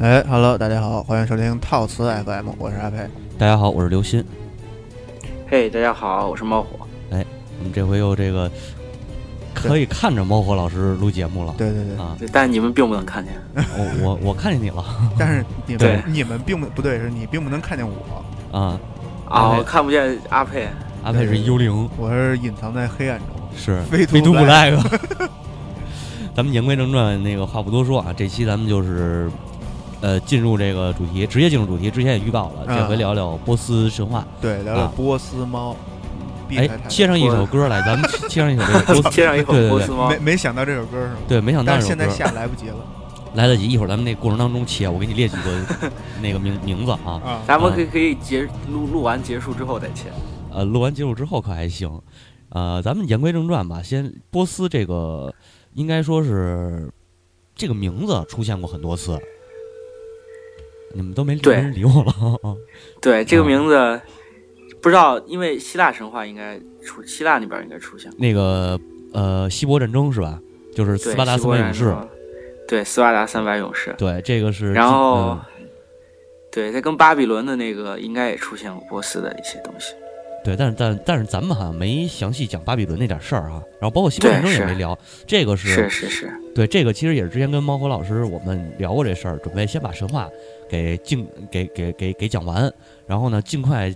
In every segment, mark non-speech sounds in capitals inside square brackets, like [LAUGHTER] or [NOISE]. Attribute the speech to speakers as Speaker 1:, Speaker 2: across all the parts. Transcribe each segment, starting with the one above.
Speaker 1: 哎哈喽，大家好，欢迎收听套词 FM，我是阿佩。
Speaker 2: 大家好，我是刘鑫。哎
Speaker 3: 嘿、大家好，我是猫火。
Speaker 2: 我们这回又这个可以看着猫火老师录节目了
Speaker 1: 对对对，
Speaker 2: 啊！
Speaker 3: 对，但你们并不能看见。
Speaker 2: 我我我看见你了
Speaker 1: 但是你
Speaker 3: 对
Speaker 1: 们你们并不不对，是你并不能看见我，
Speaker 2: 啊！
Speaker 3: 啊、
Speaker 2: 哎
Speaker 3: 我看不见阿佩。。
Speaker 2: 阿佩是幽灵，
Speaker 1: 我是隐藏在黑暗中。
Speaker 2: 是
Speaker 1: 非
Speaker 2: 非
Speaker 1: 独
Speaker 2: 独
Speaker 1: 不
Speaker 2: 不赖个。 [LAUGHS] 咱们言归正传，那个话不多说啊，这期咱们就是呃进入这个主题，直接进入主题。之前也预告了，
Speaker 1: 嗯
Speaker 2: 这回聊聊波斯神话。
Speaker 1: 对，聊聊
Speaker 2: 啊
Speaker 1: 波斯猫。避
Speaker 2: 哎
Speaker 1: 开它，
Speaker 2: 切上一首歌来，咱们切上一首这个波斯
Speaker 3: 接上一口
Speaker 2: 对对对
Speaker 3: 波斯猫
Speaker 1: 没，没想到这首歌是吗？
Speaker 2: 对，没想
Speaker 1: [LAUGHS]
Speaker 2: 到
Speaker 1: 但是
Speaker 2: 这
Speaker 1: 现
Speaker 2: 首
Speaker 1: 在
Speaker 2: 歌
Speaker 1: 下来不及
Speaker 2: [LAUGHS]
Speaker 1: 了
Speaker 2: 来得及，一会儿咱们那过程当中切，我给你列几个那个名名字啊。
Speaker 1: 啊！
Speaker 3: 咱们可以可以结录录完结束之后再切。
Speaker 2: 呃，录完结束之后可还行。呃，咱们言归正传吧，先波斯这个应该说是这个名字出现过很多次，你们都没没
Speaker 3: 对
Speaker 2: 人理我了。 [LAUGHS]
Speaker 3: 对，这个
Speaker 2: 嗯
Speaker 3: 名字、不知道，因为希腊神话应该出，希腊那边应该出现。
Speaker 2: 那个呃，希波战争是吧？就是
Speaker 3: 对，
Speaker 2: 斯巴达
Speaker 3: 希
Speaker 2: 三
Speaker 3: 伯
Speaker 2: 百
Speaker 3: 来
Speaker 2: 勇
Speaker 3: 神
Speaker 2: 士。
Speaker 3: 话。对，斯巴达三百勇士。
Speaker 2: 对，这个是
Speaker 3: 然
Speaker 2: 基
Speaker 3: 后
Speaker 2: 嗯，
Speaker 3: 对，它跟巴比伦的那个应该也出现过波斯的一些东西。
Speaker 2: 对，但是但但是咱们好像没详细讲巴比伦那点事儿啊，然后包括希波战争
Speaker 3: 对
Speaker 2: 也
Speaker 3: 是
Speaker 2: 没聊，这个
Speaker 3: 是是是，
Speaker 2: 对，这个其实也是之前跟猫火老师我们聊过这事儿，准备先把神话给尽给给给给讲完，然后呢，尽快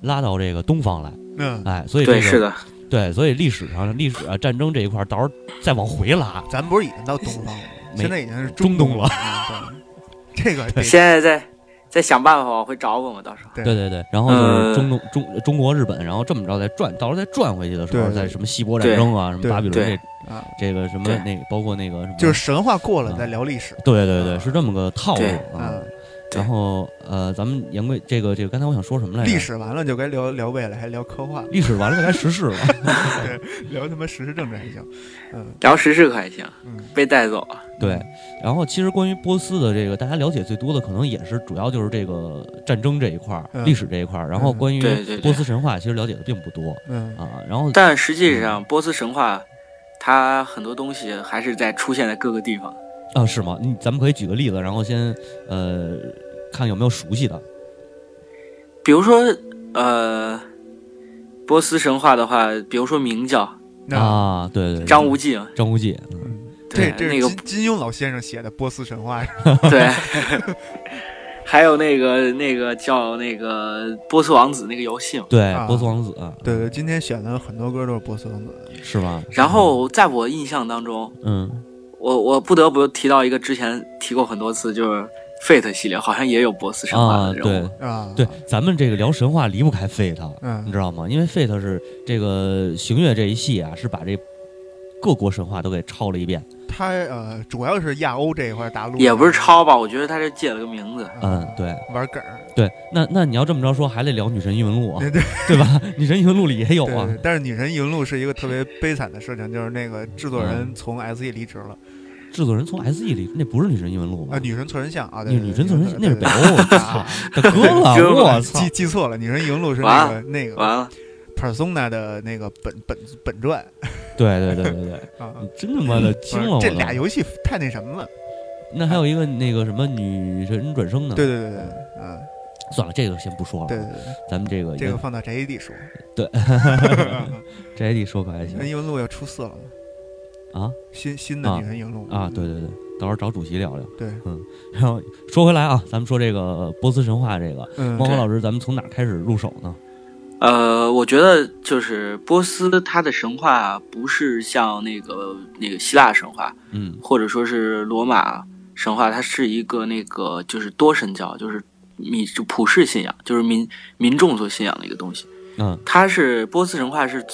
Speaker 2: 拉到这个东方来。
Speaker 1: 嗯，
Speaker 2: 哎，所以这
Speaker 3: 对，
Speaker 2: 个
Speaker 3: 是的，
Speaker 2: 对所以历史上历史啊战争这一块儿，到时候再往回拉。
Speaker 1: 咱们不是已经到东方了吗？
Speaker 2: 没
Speaker 1: 现在已经是
Speaker 2: 中
Speaker 1: 东
Speaker 2: 东了
Speaker 1: 嗯对，这个得
Speaker 3: 现在再再想办法往回找我们，到时候。
Speaker 2: 对对对，然后就是
Speaker 3: 呃
Speaker 2: 中东、中中国日本，然后这么着再转，到时候再转回去的时候，
Speaker 1: 对对
Speaker 2: 再什么希波战争啊，什么
Speaker 1: 对
Speaker 2: 巴比伦
Speaker 3: 对
Speaker 2: 这
Speaker 1: 啊，
Speaker 2: 这个什么
Speaker 3: 对
Speaker 2: 那个包括那个什么，
Speaker 1: 就是神话过了
Speaker 2: 啊
Speaker 1: 再聊历史。
Speaker 2: 对对对，是这么个套路
Speaker 3: 对
Speaker 2: 啊。
Speaker 1: 嗯，
Speaker 3: 对
Speaker 2: 然后呃，咱们言归这个这个，刚才我想说什么来着？
Speaker 1: 历史完了就该聊聊未来，还聊科幻，
Speaker 2: 历史完了该时事了。
Speaker 1: 聊他妈时事政治还行。嗯
Speaker 3: 聊时事可还行，
Speaker 1: 嗯，
Speaker 3: 被带走了。
Speaker 2: [LAUGHS] 对，然后其实关于波斯的这个，大家了解最多的可能也是主要就是这个战争这一块儿、
Speaker 1: 嗯
Speaker 2: 历史这一块儿，然后
Speaker 1: 嗯
Speaker 2: 关于
Speaker 3: 对对对
Speaker 2: 波斯神话其实了解的并不多
Speaker 1: 嗯，
Speaker 2: 啊。然后
Speaker 3: 但实际上，波斯神话它很多东西还是在出现在各个地方。
Speaker 2: 啊，是吗？你咱们可以举个例子，然后先呃看有没有熟悉的。
Speaker 3: 比如说，呃，波斯神话的话，比如说明教
Speaker 1: 那
Speaker 2: 啊，对对对，
Speaker 3: 张无忌，
Speaker 2: 张无忌，嗯
Speaker 1: 这
Speaker 3: 嗯对
Speaker 1: 这
Speaker 3: 那个
Speaker 1: 是金金庸老先生写的波斯神话，
Speaker 3: [LAUGHS] 对，还有那个那个叫那个波斯王子那个游戏嘛。
Speaker 2: 对
Speaker 1: 啊，
Speaker 2: 波斯王子
Speaker 1: 对对，今天选的很多歌都是波斯王子。
Speaker 2: 是吧？
Speaker 3: 然后在我印象当中，
Speaker 2: 嗯，
Speaker 3: 我我不得不提到一个之前提过很多次，就是 Fate 系列好像也有波斯神话
Speaker 2: 啊，
Speaker 3: 的人物。
Speaker 2: 对
Speaker 1: 啊，
Speaker 2: 对，，咱们这个聊神话离不开 Fate，你
Speaker 1: 嗯
Speaker 2: 知道吗？因为 Fate 是这个行月这一系啊，是把这各国神话都给抄了一遍。，
Speaker 1: 他呃，主要是亚欧这一块大陆，啊呃
Speaker 3: 也不是抄吧，我觉得他是借了个名字。
Speaker 2: 嗯，对。
Speaker 1: 玩梗儿，
Speaker 2: 对，那那你要这么着说，还得聊《女神异闻录》啊，
Speaker 1: 对对
Speaker 2: [LAUGHS] 对吧？《女神异闻录》里也有
Speaker 1: 对
Speaker 2: 啊
Speaker 1: 对。，但是女神异闻录是一个特别悲惨的事情，就是那个制作
Speaker 2: 嗯
Speaker 1: 人从 S E 离职了
Speaker 2: 制作人从 S E 里，那不是《女神异闻录》
Speaker 1: 啊，
Speaker 2: 吧？
Speaker 1: 女神错人像啊，对
Speaker 2: 那
Speaker 1: 对对
Speaker 2: 是女神
Speaker 1: 对
Speaker 2: 从那是
Speaker 1: 对
Speaker 2: 北欧，我
Speaker 1: 对
Speaker 2: 操
Speaker 1: 啊，
Speaker 2: 大哥
Speaker 3: 对对
Speaker 2: 了，我操
Speaker 1: 记！记错了，女神异闻录是那
Speaker 3: 完
Speaker 1: 个那个
Speaker 3: 完了，
Speaker 1: persona 的那个本本本传
Speaker 2: 对对对对对，
Speaker 1: 啊，
Speaker 2: 你真他妈的惊了我
Speaker 1: 这
Speaker 2: 都
Speaker 1: 俩游戏太那什么了，
Speaker 2: 那还有一个那个什么女神转生呢？
Speaker 1: 对，对对对，啊，
Speaker 2: 算了，这个先不说了。
Speaker 1: 对对对，
Speaker 2: 咱们这个
Speaker 1: 这个放到 J A D 说，
Speaker 2: 对 J I D 说可还
Speaker 1: 女
Speaker 2: 行
Speaker 1: 神异闻录要出四了，
Speaker 2: 啊
Speaker 1: 新新的
Speaker 2: 啊
Speaker 1: 女神异闻录
Speaker 2: 啊！对对对，到时候找主席聊聊。
Speaker 1: 对，
Speaker 2: 嗯，然后说回来啊，咱们说这个波斯神话这个，
Speaker 1: 嗯
Speaker 2: 猫
Speaker 3: 对
Speaker 2: 猫老师，咱们从哪儿开始入手呢？
Speaker 3: 呃，我觉得就是波斯它的神话不是像那个那个希腊神话，
Speaker 2: 嗯
Speaker 3: 或者说是罗马神话，它是一个那个就是多神教，就是民就普世信仰，就是民民众所信仰的一个东西。
Speaker 2: 嗯，
Speaker 3: 它是波斯神话是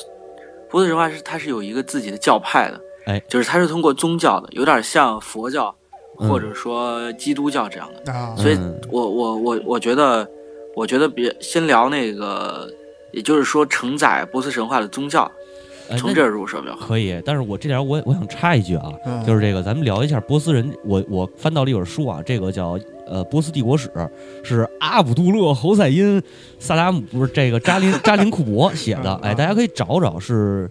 Speaker 3: 波斯神话是它是有一个自己的教派的，
Speaker 2: 哎，
Speaker 3: 就是它是通过宗教的，有点像佛教
Speaker 2: 嗯
Speaker 3: 或者说基督教这样的。
Speaker 1: 啊，
Speaker 3: 所以
Speaker 2: 嗯
Speaker 3: 我我我我觉得，我觉得别先聊那个，也就是说承载波斯神话的宗教，
Speaker 2: 哎
Speaker 3: 从
Speaker 2: 那
Speaker 3: 这儿入手比较好。
Speaker 2: 可以，但是我这点儿我我想插一句啊，
Speaker 1: 嗯
Speaker 2: 就是这个，咱们聊一下波斯人。我我翻到了一本书啊，这个叫呃《波斯帝国史》，是阿卜杜勒·侯赛因·萨达姆不是这
Speaker 3: [LAUGHS]
Speaker 2: 个扎林扎林库伯写的
Speaker 1: 嗯。
Speaker 2: 哎，
Speaker 1: 嗯
Speaker 2: 大家可以找找是，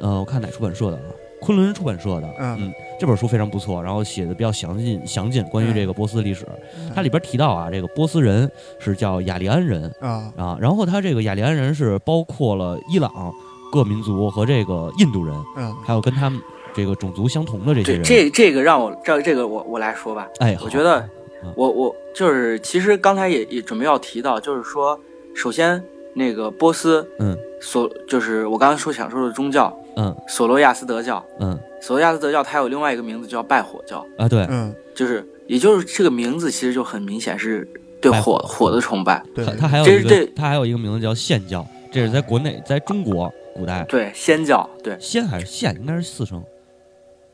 Speaker 2: 呃，我看哪出版社的啊？昆仑出版社的，
Speaker 1: 嗯
Speaker 2: 这本书非常不错，然后写的比较详尽详尽
Speaker 3: 嗯
Speaker 2: 关于这个波斯历史，
Speaker 1: 嗯
Speaker 2: 它里边提到啊，这个波斯人是叫雅利安人
Speaker 1: 啊
Speaker 2: 啊，然后他这个雅利安人是包括了伊朗各民族和这个印度人，
Speaker 1: 嗯
Speaker 2: 还有跟他们这个种族相同的这些
Speaker 3: 对，
Speaker 2: 人，
Speaker 3: 这这个让我这这个我我来说吧，
Speaker 2: 哎，好
Speaker 3: 我觉得
Speaker 2: 嗯
Speaker 3: 我我就是其实刚才也也准备要提到，就是说，首先那个波斯
Speaker 2: 嗯
Speaker 3: 所就是我刚才说想说的宗教
Speaker 2: 嗯
Speaker 3: 索罗亚斯德教，
Speaker 2: 嗯
Speaker 3: 索罗亚斯德教它有另外一个名字叫拜火教，
Speaker 2: 啊，对，
Speaker 1: 嗯，
Speaker 3: 就是也就是这个名字其实就很明显是对
Speaker 2: 拜火
Speaker 3: 火火的崇拜，
Speaker 1: 对
Speaker 2: 他，他还有
Speaker 3: 这
Speaker 2: 一
Speaker 3: 是
Speaker 2: 个
Speaker 3: 这
Speaker 2: 他还有一个名字叫宪教，这是在国内在中国古代
Speaker 3: 对仙教，对，
Speaker 2: 仙还是宪应该是四声，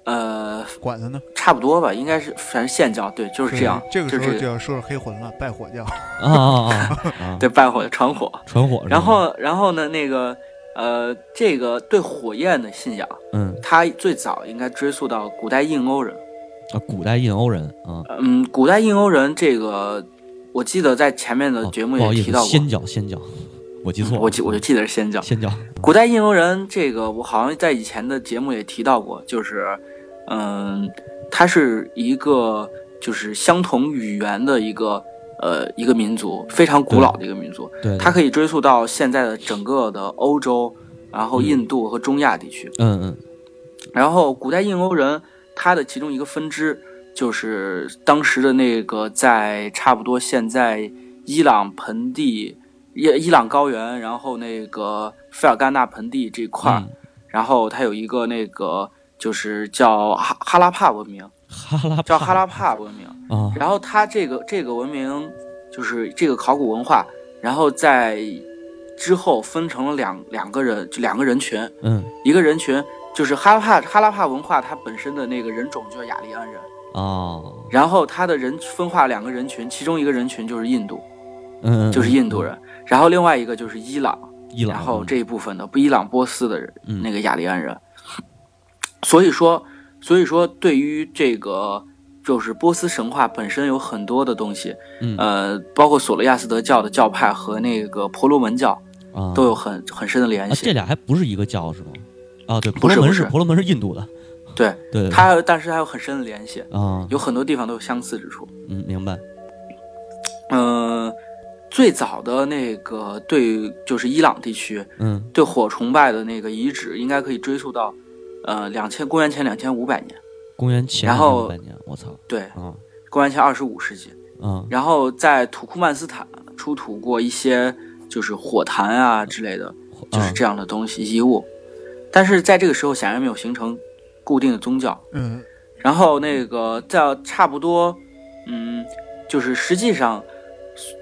Speaker 3: 呃，
Speaker 1: 管他呢，
Speaker 3: 差不多吧，应该是反正仙教，对，就是这样，
Speaker 1: 这个时
Speaker 3: 就
Speaker 1: 候
Speaker 3: 这
Speaker 1: 就
Speaker 3: 个
Speaker 1: 要说说黑魂了，拜火
Speaker 2: [LAUGHS]
Speaker 1: 教，
Speaker 2: 啊啊啊啊！
Speaker 3: [LAUGHS] 对拜火传火，
Speaker 2: 传火是吧。
Speaker 3: 然后然后呢那个呃这个对火焰的信仰。
Speaker 2: 嗯
Speaker 3: 它最早应该追溯到古代印欧人。
Speaker 2: 啊，古代印欧人啊，
Speaker 3: 嗯，古代印欧人这个，我记得在前面的
Speaker 2: 哦
Speaker 3: 呃节目
Speaker 2: 不好
Speaker 3: 也
Speaker 2: 意
Speaker 3: 提
Speaker 2: 思，
Speaker 3: 到过。嗯
Speaker 2: 仙教仙教，我记错了，
Speaker 3: 我记我就记得是先教。
Speaker 2: 仙教
Speaker 3: 古代印欧人这个，我好像在以前的节目也提到过，就是，嗯，它是一个就是相同语言的一个呃一个民族，非常古老的一个民族，
Speaker 2: 对，
Speaker 3: 它
Speaker 2: 以
Speaker 3: 可以追溯到现在的整个的欧洲，然后
Speaker 2: 嗯
Speaker 3: 印度和中亚地区。
Speaker 2: 嗯嗯
Speaker 3: 然后古代印欧人，他的其中一个分支就是当时的那个在差不多现在伊朗盆地、伊伊朗高原，然后那个费尔干纳盆地这块儿，
Speaker 2: 嗯
Speaker 3: 然后它有一个那个就是叫哈哈拉帕文明，
Speaker 2: 哈拉
Speaker 3: 叫
Speaker 2: 帕
Speaker 3: 哈拉帕文明。
Speaker 2: 啊
Speaker 3: 然后它这个这个文明就是这个考古文化，然后在之后分成了两两个人，就两个人群。
Speaker 2: 嗯
Speaker 3: 一个人群，就是哈拉帕哈拉帕文化，它本身的那个人种就叫雅利安人，
Speaker 2: 啊
Speaker 3: 然后它的人分化两个人群，其中一个人群就是印度，
Speaker 2: 嗯嗯
Speaker 3: 就是印度人，然后另外一个就是伊朗，
Speaker 2: 伊朗，
Speaker 3: 然后这一部分的伊朗波斯的人
Speaker 2: 嗯
Speaker 3: 那个雅利安人，所以说，所以说对于这个。就是波斯神话本身有很多的东西，
Speaker 2: 嗯
Speaker 3: 呃，包括索罗亚斯德教的教派和那个婆罗门教
Speaker 2: 啊
Speaker 3: 都有很很深的联
Speaker 2: 啊，
Speaker 3: 系。
Speaker 2: 这俩还不是一个教是吗？啊，对，婆
Speaker 3: 不是
Speaker 2: 罗门
Speaker 3: 不
Speaker 2: 是
Speaker 3: 是
Speaker 2: 婆罗门是印度的，
Speaker 3: 对
Speaker 2: 对对
Speaker 3: 它但是它有很深的联系，
Speaker 2: 啊，
Speaker 3: 有很多地方都有相似之处。
Speaker 2: 嗯，明白，
Speaker 3: 嗯，最早的那个对，就是伊朗地区
Speaker 2: 嗯
Speaker 3: 对火崇拜的那个遗址，应该可以追溯到，呃，两千公元前两千五百年，
Speaker 2: 公元前
Speaker 3: 然后
Speaker 2: 半年，我操
Speaker 3: 对，
Speaker 2: 啊
Speaker 3: 公元前二十五世纪。
Speaker 2: 啊
Speaker 3: 然后在土库曼斯坦出土过一些就是火坛啊之类的，就是
Speaker 2: 啊
Speaker 3: 这样的东西遗物，但是在这个时候显然没有形成固定的宗教。
Speaker 1: 嗯
Speaker 3: 然后那个在差不多，嗯，就是实际上，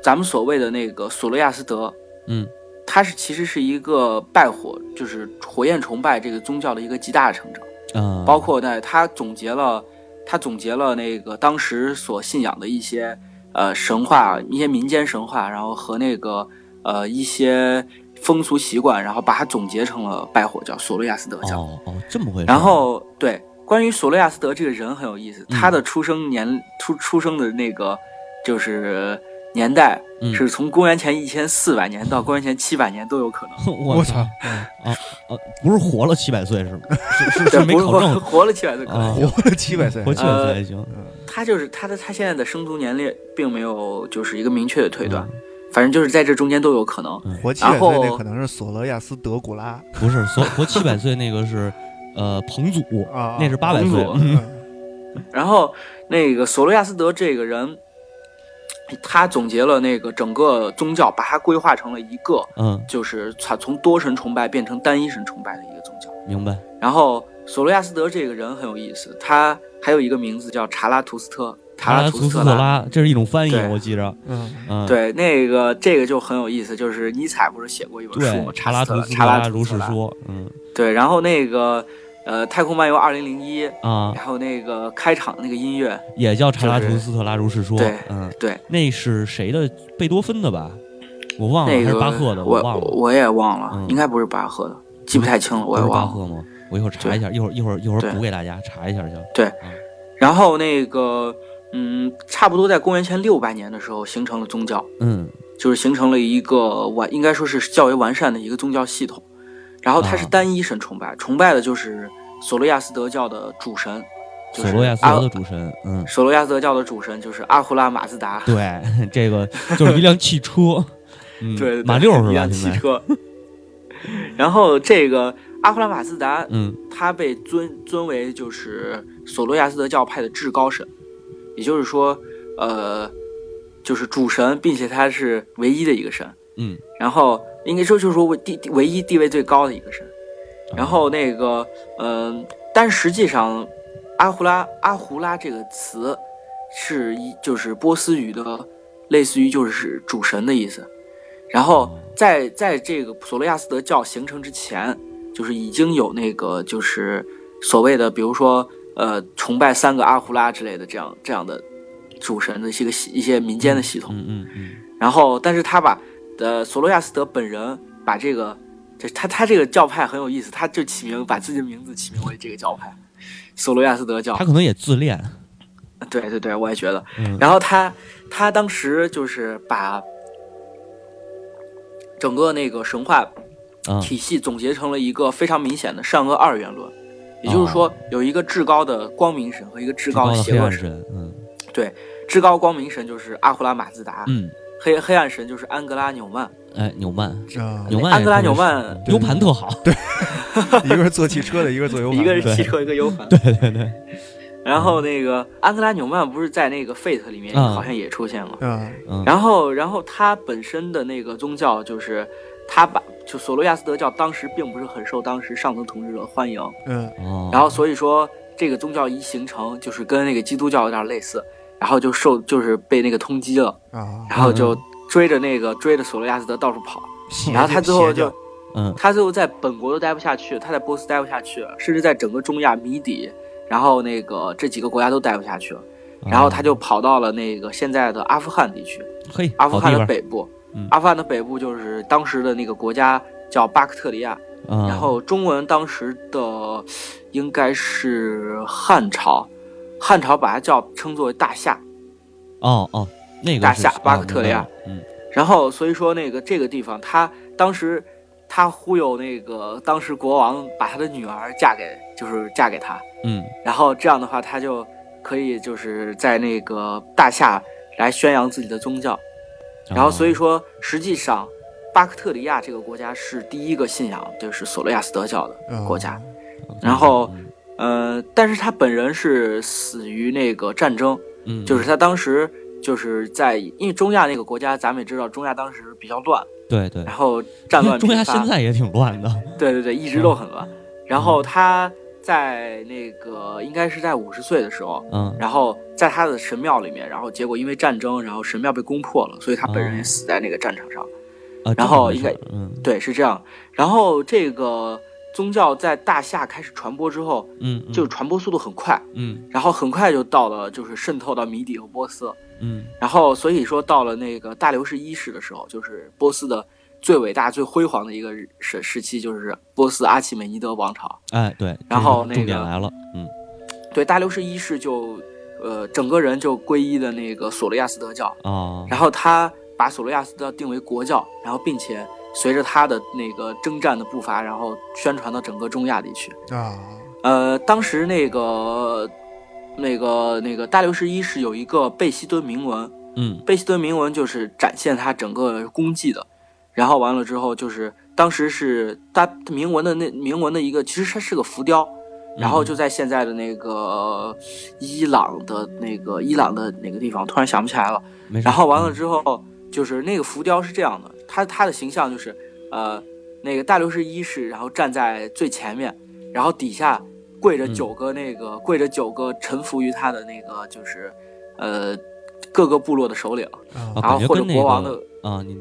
Speaker 3: 咱们所谓的那个索罗亚斯德，
Speaker 2: 嗯
Speaker 3: 它是其实是一个拜火，就是火焰崇拜这个宗教的一个极大的成长，
Speaker 2: 啊，
Speaker 3: 包括在它总结了，它总结了那个当时所信仰的一些呃神话，一些民间神话，然后和那个呃一些风俗习惯，然后把它总结成了拜火教、索罗亚斯德教。
Speaker 2: 哦哦这么回事儿，
Speaker 3: 然后对，关于索罗亚斯德这个人很有意
Speaker 2: 嗯
Speaker 3: 思，他的出生年出出生的那个就是年代
Speaker 2: 嗯
Speaker 3: 是从公元前一千四百年到公元前七百年都有可能。
Speaker 2: [LAUGHS] 我
Speaker 1: 操，
Speaker 2: 呃，不是活了七百岁是吗？是
Speaker 3: [LAUGHS]
Speaker 2: 是
Speaker 3: 对，
Speaker 2: 是 [LAUGHS] 没
Speaker 3: 不是
Speaker 2: 考
Speaker 3: 活
Speaker 2: 证，
Speaker 3: 活了七呃百岁可能。
Speaker 2: 啊
Speaker 1: 活了七百岁，
Speaker 2: [LAUGHS] 活七百岁还行。
Speaker 3: 他就是他的他现在的生卒年龄并没有就是一个明确的推断，反正就是在这中间都有可能。
Speaker 1: 活七百岁
Speaker 3: 然
Speaker 1: 那
Speaker 3: 后
Speaker 1: 可能是索罗亚斯德古拉
Speaker 2: 不是，所活七百岁那个是，呃，彭祖，
Speaker 1: 啊，
Speaker 2: 那是八百
Speaker 3: 彭祖
Speaker 2: 岁。
Speaker 1: 嗯
Speaker 3: 然后那个索罗亚斯德这个人，他总结了那个整个宗教，把它规划成了一个
Speaker 2: 嗯，
Speaker 3: 就是从从多神崇拜变成单一神崇拜的一个宗教。
Speaker 2: 明白。
Speaker 3: 然后索罗亚斯德这个人很有意思，他还有一个名字叫查拉图斯特，
Speaker 2: 查
Speaker 3: 拉
Speaker 2: 拉
Speaker 3: 图
Speaker 2: 图斯
Speaker 3: 特
Speaker 2: 特。拉，这是一种翻译，
Speaker 3: 对
Speaker 2: 我记着。
Speaker 1: 嗯，
Speaker 2: 嗯，
Speaker 3: 对，那个这个就很有意思，就是尼采不是写过一本书
Speaker 2: 对，？
Speaker 3: 吗
Speaker 2: 查拉
Speaker 3: 图
Speaker 2: 图
Speaker 3: 斯
Speaker 2: 斯
Speaker 3: 特
Speaker 2: 特
Speaker 3: 拉
Speaker 2: 拉
Speaker 3: 查
Speaker 2: 如
Speaker 3: 图斯
Speaker 2: 是
Speaker 3: 特拉。
Speaker 2: 说。嗯
Speaker 3: 对，然后那个呃，《太空漫游二零零一》，
Speaker 2: 啊，
Speaker 3: 然后那个开场那个音乐，
Speaker 2: 也叫查拉
Speaker 3: 就
Speaker 2: 图
Speaker 3: 是
Speaker 2: 斯特拉如是说
Speaker 3: 对。
Speaker 2: 嗯，
Speaker 3: 对，
Speaker 2: 那是谁的？贝多芬的吧？我忘了，
Speaker 3: 那
Speaker 2: 还是
Speaker 3: 个
Speaker 2: 巴赫的？
Speaker 3: 我
Speaker 2: 忘了。
Speaker 3: 我也忘了
Speaker 2: 嗯，
Speaker 3: 应该不是巴赫的，记不太清了，
Speaker 2: 不
Speaker 3: 我也
Speaker 2: 是巴
Speaker 3: 忘了。
Speaker 2: 赫吗？我一会儿查一下，一会儿一会儿一会
Speaker 3: 对
Speaker 2: 儿补给大家查一下去。
Speaker 3: 然后那个嗯，差不多在公元前六百年的时候形成了宗教。
Speaker 2: 嗯
Speaker 3: 就是形成了一个完，应该说是较为完善的一个宗教系统。然后它是
Speaker 2: 啊
Speaker 3: 单一神崇拜，崇拜的就是索罗亚斯德教的主神，就是啊
Speaker 2: 索罗亚斯
Speaker 3: 阿
Speaker 2: 德的主神，嗯，
Speaker 3: 索罗亚斯德教的主神就是阿胡拉马自达，
Speaker 2: 对， [LAUGHS] 这个就是一辆汽车，嗯，
Speaker 3: [LAUGHS] 对对
Speaker 2: 马六
Speaker 3: 一
Speaker 2: 是吧？
Speaker 3: 辆汽
Speaker 2: 现在，
Speaker 3: 车。 [LAUGHS] 然后这个阿胡拉马自达，
Speaker 2: 嗯，
Speaker 3: 他被尊尊为就是索罗亚斯德教派的至高神，也就是说，呃，就是主神，并且他是唯一的一个神。
Speaker 2: 嗯，
Speaker 3: 然后应该说就是说唯地地唯一地位最高的一个神。然后那个，嗯、但实际上，阿胡拉阿胡拉这个词是一就是波斯语的，类似于就是主神的意思。然后在在这个索罗亚斯德教形成之前，就是已经有那个就是所谓的，比如说呃崇拜三个阿胡拉之类的这样这样的主神的一些个系一些民间的系统。
Speaker 2: 嗯嗯嗯，
Speaker 3: 然后，但是他把呃索罗亚斯德本人把这个，这他他这个教派很有意思，他就起名把自己的名字起名为这个教派，索罗亚斯德教
Speaker 2: 他。可能也自恋，
Speaker 3: 对对对，我也觉得。
Speaker 2: 嗯
Speaker 3: 然后他他当时就是把整个那个神话
Speaker 2: 啊，
Speaker 3: 体系总结成了一个非常明显的善恶二元论，也就是说有一个至高的光明神和一个至
Speaker 2: 哦至
Speaker 3: 高
Speaker 2: 高
Speaker 3: 的
Speaker 2: 的
Speaker 3: 邪
Speaker 2: 黑
Speaker 3: 恶
Speaker 2: 暗
Speaker 3: 神。
Speaker 2: 神，嗯
Speaker 3: 至高光明神就是阿胡拉马自达，
Speaker 2: 嗯，
Speaker 3: 黑黑暗神就是安格拉纽曼。
Speaker 2: 哎，纽曼，
Speaker 1: 啊，
Speaker 2: 纽曼也特别是，
Speaker 3: 安格拉纽曼
Speaker 2: 嗯 U 盘特好，
Speaker 1: 一个是做汽车的，一个是做油
Speaker 3: [LAUGHS] 一
Speaker 1: 盘的，
Speaker 3: 个是汽车，一个 U
Speaker 2: [LAUGHS]
Speaker 3: 盘。
Speaker 2: 对对对，
Speaker 3: 然后那个安格拉纽曼不是在那个 Fate 里面
Speaker 2: 嗯
Speaker 3: 好像也出现了。
Speaker 1: 啊，
Speaker 2: 嗯，
Speaker 3: 然后，然后他本身的那个宗教就是，他把就索罗亚斯德教当时并不是很受当时上层统治者欢迎，
Speaker 1: 嗯
Speaker 2: 哦，
Speaker 3: 然后所以说这个宗教一形成，就是跟那个基督教有点类似，然后就受就是被那个通缉了，
Speaker 1: 啊，
Speaker 3: 然
Speaker 2: 嗯
Speaker 3: 后就追着那个追着索罗亚斯德到处跑， [LAUGHS] 然后他最后就
Speaker 2: 嗯
Speaker 3: 他最后在本国都待不下去，他在波斯待不下去，甚至在整个中亚、米底，然后那个这几个国家都待不下去
Speaker 2: 哦
Speaker 3: 了。然后他就跑到了那个现在的阿富汗地区，
Speaker 2: 嘿，
Speaker 3: 阿富
Speaker 2: 好地
Speaker 3: 汗的
Speaker 2: 方，
Speaker 3: 北部
Speaker 2: 嗯，
Speaker 3: 阿富汗的北部就是当时的那个国家叫巴克特里亚，
Speaker 2: 嗯
Speaker 3: 然后中文当时的应该是汉朝，汉朝把它叫称作为大夏，
Speaker 2: 哦哦，那个
Speaker 3: 大
Speaker 2: 是
Speaker 3: 夏巴
Speaker 2: 哦
Speaker 3: 克
Speaker 2: 明
Speaker 3: 特
Speaker 2: 白
Speaker 3: 利亚
Speaker 2: 了，嗯
Speaker 3: 然后所以说那个这个地方，他当时他忽悠那个当时国王把他的女儿嫁给，就是嫁给他，
Speaker 2: 嗯，
Speaker 3: 然后这样的话他就可以就是在那个大夏来宣扬自己的宗教。然后所以
Speaker 2: 说，
Speaker 3: 说实际上巴克特里亚这个国家是第一个信仰就是索罗亚斯德教的
Speaker 1: 嗯
Speaker 3: 国家，然后
Speaker 2: 嗯
Speaker 3: 呃，但是他本人是死于那个战争，
Speaker 2: 嗯，
Speaker 3: 就是他当时。就是在因为中亚那个国家，咱们也知道中亚当时比较乱，
Speaker 2: 对对
Speaker 3: 然，后 [LAUGHS] 战乱
Speaker 2: [LAUGHS] 中嗯
Speaker 3: 频
Speaker 2: 亚
Speaker 3: 发
Speaker 2: 现，在也挺乱的，
Speaker 3: 对对对，一直都很乱。然后他在那个应该是在五十岁的时候，
Speaker 2: 嗯
Speaker 3: 然后在他的神庙里面，然后结果因为战争，然后神庙被攻破了，所以他本
Speaker 2: 哦
Speaker 3: 人也死在那个战场上。
Speaker 2: 啊，
Speaker 3: 然后
Speaker 2: 这
Speaker 3: 应
Speaker 2: 个
Speaker 3: 该
Speaker 2: 没事儿嗯
Speaker 3: 对，是这样。然后这个宗教在大夏开始传播之后，
Speaker 2: 嗯嗯
Speaker 3: 就传播速度很快，
Speaker 2: 嗯
Speaker 3: 然后很快就到了就是渗透到米底和波斯。
Speaker 2: 嗯
Speaker 3: 然后所以说到了那个大流士一世的时候，就是波斯的最伟大、最辉煌的一个时时期，就是波斯阿契美尼德王朝。
Speaker 2: 哎对，
Speaker 3: 然后
Speaker 2: 这
Speaker 3: 那
Speaker 2: 重点
Speaker 3: 个
Speaker 2: 来了，嗯
Speaker 3: 对，大流士一世就，呃，整个人就皈依的那个索罗亚斯德教，
Speaker 2: 哦，
Speaker 3: 然后他把索罗亚斯德定为国教，然后并且随着他的那个征战的步伐，然后宣传到整个中亚地区。
Speaker 1: 啊，
Speaker 3: 呃，当时那个。那个那个大流士一世有一个贝希敦铭文，
Speaker 2: 嗯
Speaker 3: 贝希顿铭文就是展现他整个功绩的，然后完了之后就是当时是他铭文的那铭文的一个，其实它是个浮雕，然后就在现在的那个伊朗的那个伊朗的哪个地方，突然想不起来了。
Speaker 2: 没事儿，
Speaker 3: 然后完了
Speaker 2: 嗯
Speaker 3: 之后就是那个浮雕是这样的，它它的形象就是呃那个大流士一世，然后站在最前面，然后底下跪着
Speaker 2: 嗯
Speaker 3: 九个那个、跪着九个臣服于他的那个就是呃各个部落的首领。
Speaker 1: 啊
Speaker 2: 啊，
Speaker 3: 然后
Speaker 2: 感觉
Speaker 3: 或者
Speaker 2: 跟那
Speaker 3: 国王
Speaker 2: 个啊，你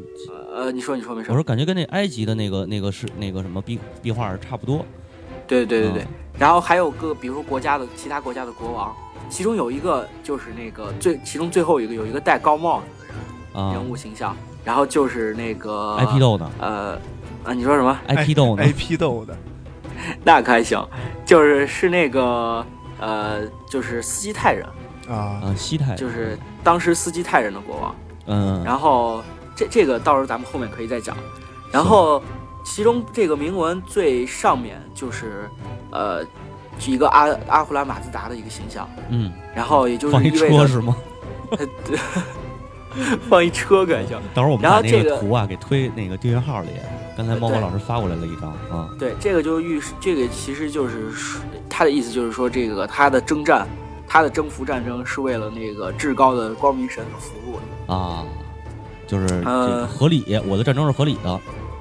Speaker 3: 呃，你说你说没事
Speaker 2: 我。说感觉跟那埃及的那个那个是那个什么壁壁画差不多，
Speaker 3: 对对对对
Speaker 2: 嗯。
Speaker 3: 然后还有个，比如说国家的其他国家的国王，其中有一个就是那个最，其中最后一个有一个戴高帽子的人
Speaker 2: 啊
Speaker 3: 人物形象，然后就是那个
Speaker 2: ，IP 豆呢
Speaker 3: 呃啊，你说什么？
Speaker 2: ，IP 豆呢，
Speaker 1: ，IP 豆的
Speaker 3: 那可还行，就是是那个呃，就是斯基泰人，
Speaker 1: 啊，
Speaker 2: 啊，西太
Speaker 3: 就是当时斯基泰人的国王。
Speaker 2: 嗯，
Speaker 3: 然后这这个到时候咱们后面可以再讲。然后其中这个铭文最上面就是，呃，是一个阿阿胡拉马自达的一个形象，
Speaker 2: 嗯，
Speaker 3: 然后也就是
Speaker 2: 放一
Speaker 3: 意
Speaker 2: 车
Speaker 3: 味着
Speaker 2: 是吗？
Speaker 3: 放一车感觉。
Speaker 2: 到时候我们
Speaker 3: 然
Speaker 2: 把
Speaker 3: 后
Speaker 2: 那
Speaker 3: 这
Speaker 2: 个
Speaker 3: 个
Speaker 2: 图啊给推那个订阅号里，刚才猫猫老师发过来了一张啊，
Speaker 3: 对，这个就预示，这个其实就是说他的意思，就是说这个他的征战，他的征服战争是为了那个至高的光明神服务的。
Speaker 2: 啊，就是这个
Speaker 3: 呃
Speaker 2: 合理，我的战争是合理的，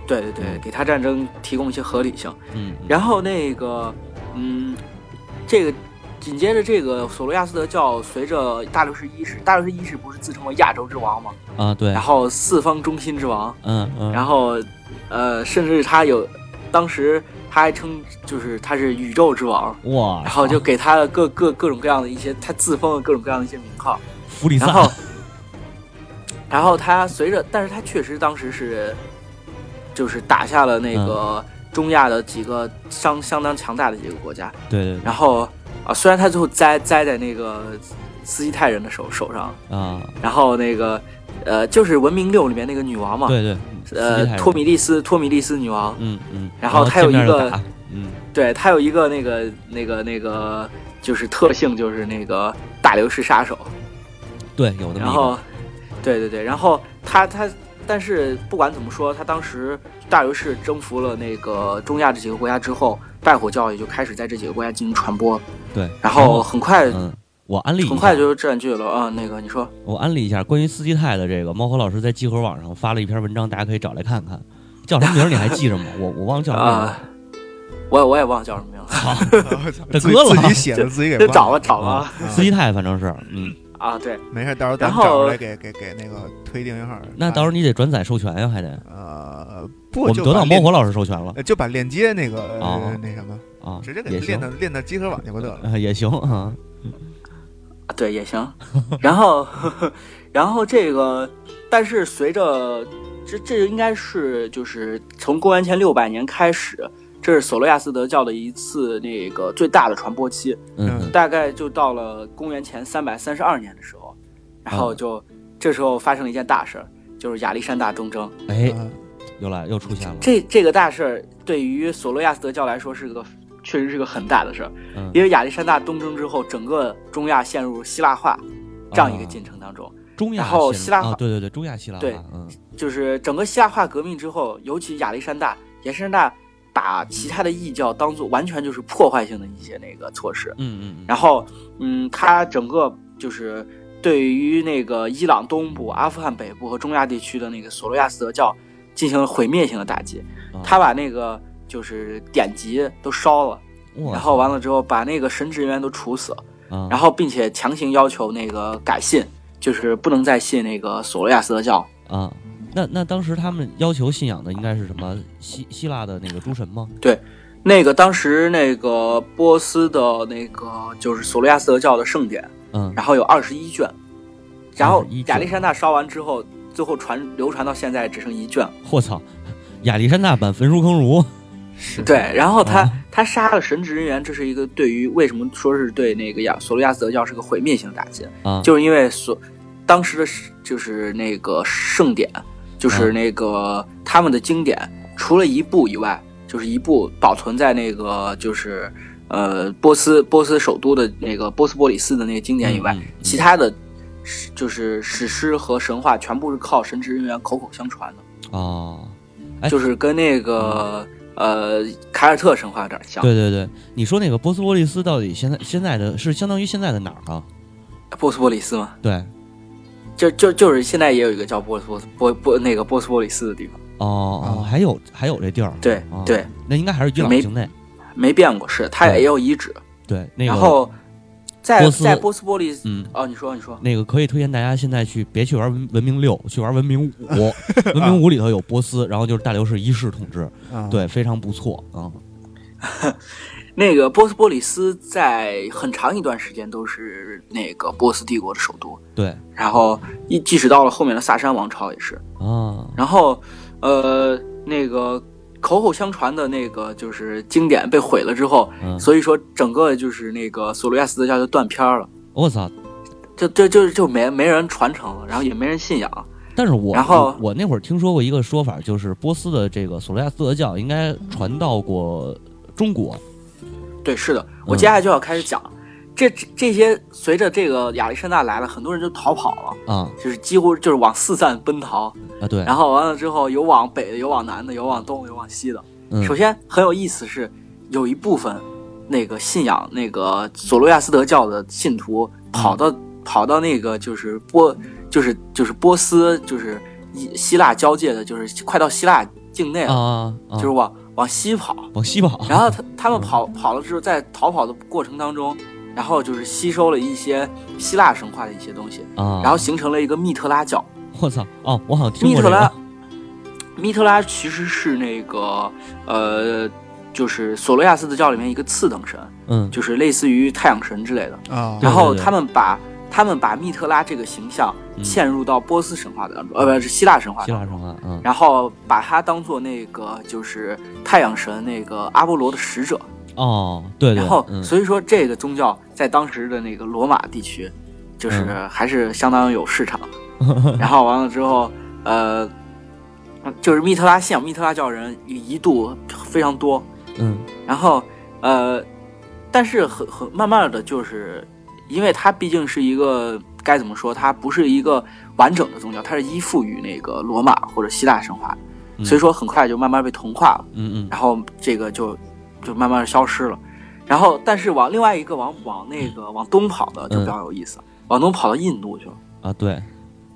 Speaker 3: 对对对，
Speaker 2: 嗯
Speaker 3: 给他战争提供一些合理性。
Speaker 2: 嗯，嗯
Speaker 3: 然后那个，嗯，这个紧接着这个索罗亚斯德教随着大流士一世，大流士一世不是自称为亚洲之王吗？
Speaker 2: 啊对
Speaker 3: 然，后四方中心之王，
Speaker 2: 嗯嗯，
Speaker 3: 然后，呃，甚至他有，当时他还称就是他是宇宙之
Speaker 2: 啊
Speaker 3: 王，
Speaker 2: 哇，
Speaker 3: 然后就给他各各各种各样的一些他自封了各种各样的一些名号，
Speaker 2: 弗里
Speaker 3: 然
Speaker 2: 萨
Speaker 3: 后，然后他随着，但是他确实当时是，就是打下了
Speaker 2: 嗯
Speaker 3: 那个中亚的几个相相当强大的几个国家，
Speaker 2: 对对
Speaker 3: 然后啊，虽然他最后栽栽在那个斯基泰人的手手上，
Speaker 2: 对啊，
Speaker 3: 然后那个呃，就是《文明六》里面那个女王嘛，
Speaker 2: 对对，斯
Speaker 3: 呃
Speaker 2: 基泰，人
Speaker 3: 托米利斯托米利斯女王，
Speaker 2: 嗯嗯，
Speaker 3: 然后他有
Speaker 2: 见面
Speaker 3: 一
Speaker 2: 就
Speaker 3: 个
Speaker 2: 打，嗯
Speaker 3: 对，它有一个那个那个那个就是特性，就是那个大流士杀手。
Speaker 2: 对，有那
Speaker 3: 然
Speaker 2: 么一个
Speaker 3: 后，对对对，然后他他，但是不管怎么说，他当时大流士征服了那个中亚这几个国家之后，拜火教也就开始在这几个国家进行传播，
Speaker 2: 对，
Speaker 3: 然后很快、
Speaker 2: 嗯，我安利一
Speaker 3: 很快
Speaker 2: 下
Speaker 3: 就占据了啊、那个你说
Speaker 2: 我安利一下关于斯基泰的这个，猫和老师在集合网上发了一篇文章，大家可以找来看看，叫什么名儿你还记着吗？我我忘了叫什么名儿了
Speaker 3: 啊、我我也忘了叫什么名字，
Speaker 2: [LAUGHS]
Speaker 1: [LAUGHS]
Speaker 2: 大
Speaker 1: 自己
Speaker 2: 哥了啊
Speaker 1: 自己写的，自己给
Speaker 3: [LAUGHS]
Speaker 1: 忘
Speaker 3: 就找
Speaker 1: 了
Speaker 3: 吧找吧
Speaker 1: 啊。
Speaker 2: 斯基泰反正是，嗯，
Speaker 3: 啊，对，
Speaker 1: 没事，到时候咱
Speaker 3: 然
Speaker 1: 们找
Speaker 3: 后
Speaker 1: 出来给给给那个推定一下。
Speaker 2: 那到时候你得转载授权呀，还得，
Speaker 1: 呃
Speaker 2: 我
Speaker 1: 不
Speaker 2: 们
Speaker 1: 就
Speaker 2: 得
Speaker 1: 把
Speaker 2: 到猫
Speaker 1: 链
Speaker 2: 火老师授权了
Speaker 1: 呃就把链接那个呃
Speaker 2: 哦
Speaker 1: 那什么，
Speaker 2: 啊，
Speaker 1: 直接给
Speaker 2: 也
Speaker 1: 链
Speaker 2: 行
Speaker 1: 到，链到集合网去不得了。
Speaker 2: 啊也行啊，
Speaker 3: 啊对也行。 [LAUGHS] 然后然后这个，但是随着这这应该是就是从公元前六百年开始。这是索罗亚斯德教的一次那个最大的传播期，
Speaker 2: 嗯
Speaker 3: 大概就到了公元前三百三十二年的时候，然后就这时候发生了一件大事儿，就是亚历山大东征。
Speaker 2: 嗯，哎，
Speaker 1: 嗯
Speaker 2: 又来又出现了，
Speaker 3: 这这个大事儿对于索罗亚斯德教来说是个确实是个很大的事儿，
Speaker 2: 嗯
Speaker 3: 因为亚历山大东征之后，整个中亚陷入希腊化这样一个进程当中，
Speaker 2: 中亚
Speaker 3: 然后
Speaker 2: 希
Speaker 3: 希腊
Speaker 2: 啊，
Speaker 3: 化
Speaker 2: 对对对，中亚希腊化，
Speaker 3: 对
Speaker 2: 嗯
Speaker 3: 就是整个希腊化革命之后，尤其亚历山大，亚历山大把其他的异教当做完全就是破坏性的一些那个措施，
Speaker 2: 嗯嗯嗯，
Speaker 3: 然后，嗯，他整个就是对于那个伊朗东部、阿富汗北部和中亚地区的那个索罗亚斯德教进行了毁灭性的打击。
Speaker 2: 啊
Speaker 3: 他把那个就是典籍都烧了，
Speaker 2: 哇
Speaker 3: 然后完了之后把那个神职人员都处死了，
Speaker 2: 啊
Speaker 3: 然后并且强行要求那个改信，就是不能再信那个索罗亚斯德教。
Speaker 2: 啊，那那当时他们要求信仰的应该是什么？希希腊的那个诸神吗？
Speaker 3: 那个当时那个波斯的那个就是索罗亚斯德教的圣典，
Speaker 2: 嗯
Speaker 3: 然后有二十一卷，然后
Speaker 2: 21卷
Speaker 3: 亚历山大烧完之后，最后传流传到现在只剩一卷。
Speaker 2: 我操，亚历山大版焚书坑儒，
Speaker 1: 是
Speaker 3: 对，然后他、
Speaker 2: 啊
Speaker 3: 他杀了神职人员，这是一个对于为什么说是对那个亚索罗亚斯德教是个毁灭性的打击，
Speaker 2: 啊，
Speaker 3: 就是因为所当时的是就是那个圣典，
Speaker 2: 嗯
Speaker 3: 就是那个他们的经典，除了一部以外，就是一部保存在那个就是呃波斯波斯首都的那个波斯波里斯的那个经典以外，
Speaker 2: 嗯嗯嗯
Speaker 3: 其他的史就是史诗和神话全部是靠神职人员口口相传的，
Speaker 2: 哦，哎嗯
Speaker 3: 就是跟那个、呃凯尔特神话有点像。
Speaker 2: 对对对，你说那个波斯波利斯到底现在现在的是相当于现在的哪儿啊？
Speaker 3: 波斯波里斯嘛，
Speaker 2: 对，
Speaker 3: 就就就是现在也有一个叫波斯波波波那个波斯波里斯的地方，
Speaker 2: 哦哦，
Speaker 1: 啊
Speaker 2: 还有还有这地儿，
Speaker 3: 对
Speaker 2: 哦
Speaker 3: 对，
Speaker 2: 那应该还是伊朗
Speaker 3: 没
Speaker 2: 境内，
Speaker 3: 没变过，是它也有遗址。
Speaker 2: 对，那个
Speaker 3: 然后在
Speaker 2: 波斯
Speaker 3: 在波斯波利斯，
Speaker 2: 嗯。
Speaker 3: 哦，你说你说，
Speaker 2: 那个可以推荐大家现在去，别去玩文文明六， [LAUGHS] 去玩文明五。文明五里头有波
Speaker 3: [LAUGHS]
Speaker 2: 斯，然后就是大流士一世统治，
Speaker 1: 啊
Speaker 2: 对，非常不错啊。
Speaker 3: 那个波斯波里斯在很长一段时间都是那个波斯帝国的首都，
Speaker 2: 对
Speaker 3: 然后一即使到了后面的萨珊王朝也是，
Speaker 2: 啊，
Speaker 3: 然后，呃，那个口口相传的那个就是经典被毁了之后，
Speaker 2: 嗯，
Speaker 3: 所以说整个就是那个索罗亚斯德教就断片儿了，
Speaker 2: 我操！
Speaker 3: 就就就就没没人传承了，然后也没人信仰。
Speaker 2: 但是我
Speaker 3: 然后
Speaker 2: 我我那会儿听说过一个说法，就是波斯的这个索罗亚斯德教应该传到过中国，
Speaker 3: 对，是的，
Speaker 2: 嗯
Speaker 3: 我接下来就要开始讲，这这这些随着这个亚历山大来了，很多人就逃跑了，
Speaker 2: 啊
Speaker 3: 就是几乎就是往四散奔逃，
Speaker 2: 啊对，
Speaker 3: [LAUGHS] 然后完了之后有往北的，有往南的，有往东的，有往西的。
Speaker 2: 嗯
Speaker 3: 首先很有意思是，有一部分那个信仰那个索罗亚斯德教的信徒
Speaker 2: 嗯
Speaker 3: 跑到、跑到那个就是波就是就是波斯就是希希腊交界的，就是快到希腊境内了，
Speaker 2: 啊啊，
Speaker 3: 就是往往西跑。
Speaker 2: 往西跑，
Speaker 3: 然后他他们跑跑了之后，在逃跑的过程当中，然后就是吸收了一些希腊神话的一些东西，
Speaker 2: 啊，
Speaker 3: 然后形成了一个密特拉教。
Speaker 2: 我操哦，我好像听
Speaker 3: 密
Speaker 2: 过
Speaker 3: 特
Speaker 2: 这
Speaker 3: 拉
Speaker 2: 个，，
Speaker 3: 密特拉其实是那个呃，就是索罗亚斯德教里面一个次等神，
Speaker 2: 嗯
Speaker 3: 就是类似于太阳神之类的。
Speaker 1: 啊
Speaker 2: 对
Speaker 3: 然后
Speaker 2: 哦对对嗯
Speaker 3: 他们把他们把密特拉这个形象嵌入到波斯神话当中，呃，不是希腊神话
Speaker 2: 希
Speaker 3: 当
Speaker 2: 腊
Speaker 3: 中，
Speaker 2: 神话，嗯
Speaker 3: 然后把它当做那个就是太阳神那个阿波罗的使者。
Speaker 2: 哦对对，
Speaker 3: 然后
Speaker 2: 嗯
Speaker 3: 所以说这个宗教在当时的那个罗马地区，就是
Speaker 2: 嗯
Speaker 3: 还是相当有
Speaker 2: [LAUGHS]
Speaker 3: 市场。然后完了之后，呃，就是密特拉信仰密特拉教人一度非常多，
Speaker 2: 嗯
Speaker 3: 然后呃，但是很很慢慢的就是，因为它毕竟是一个该怎么说，它不是一个完整的宗教，它是依附于那个罗马或者希腊神话的，
Speaker 2: 嗯
Speaker 3: 所以说很快就慢慢被同化了。
Speaker 2: 嗯嗯
Speaker 3: 然后这个就就慢慢消失了。然后，但是往另外一个往往那个往东跑的就比较有意思，往东跑到印度去了。
Speaker 2: 啊对，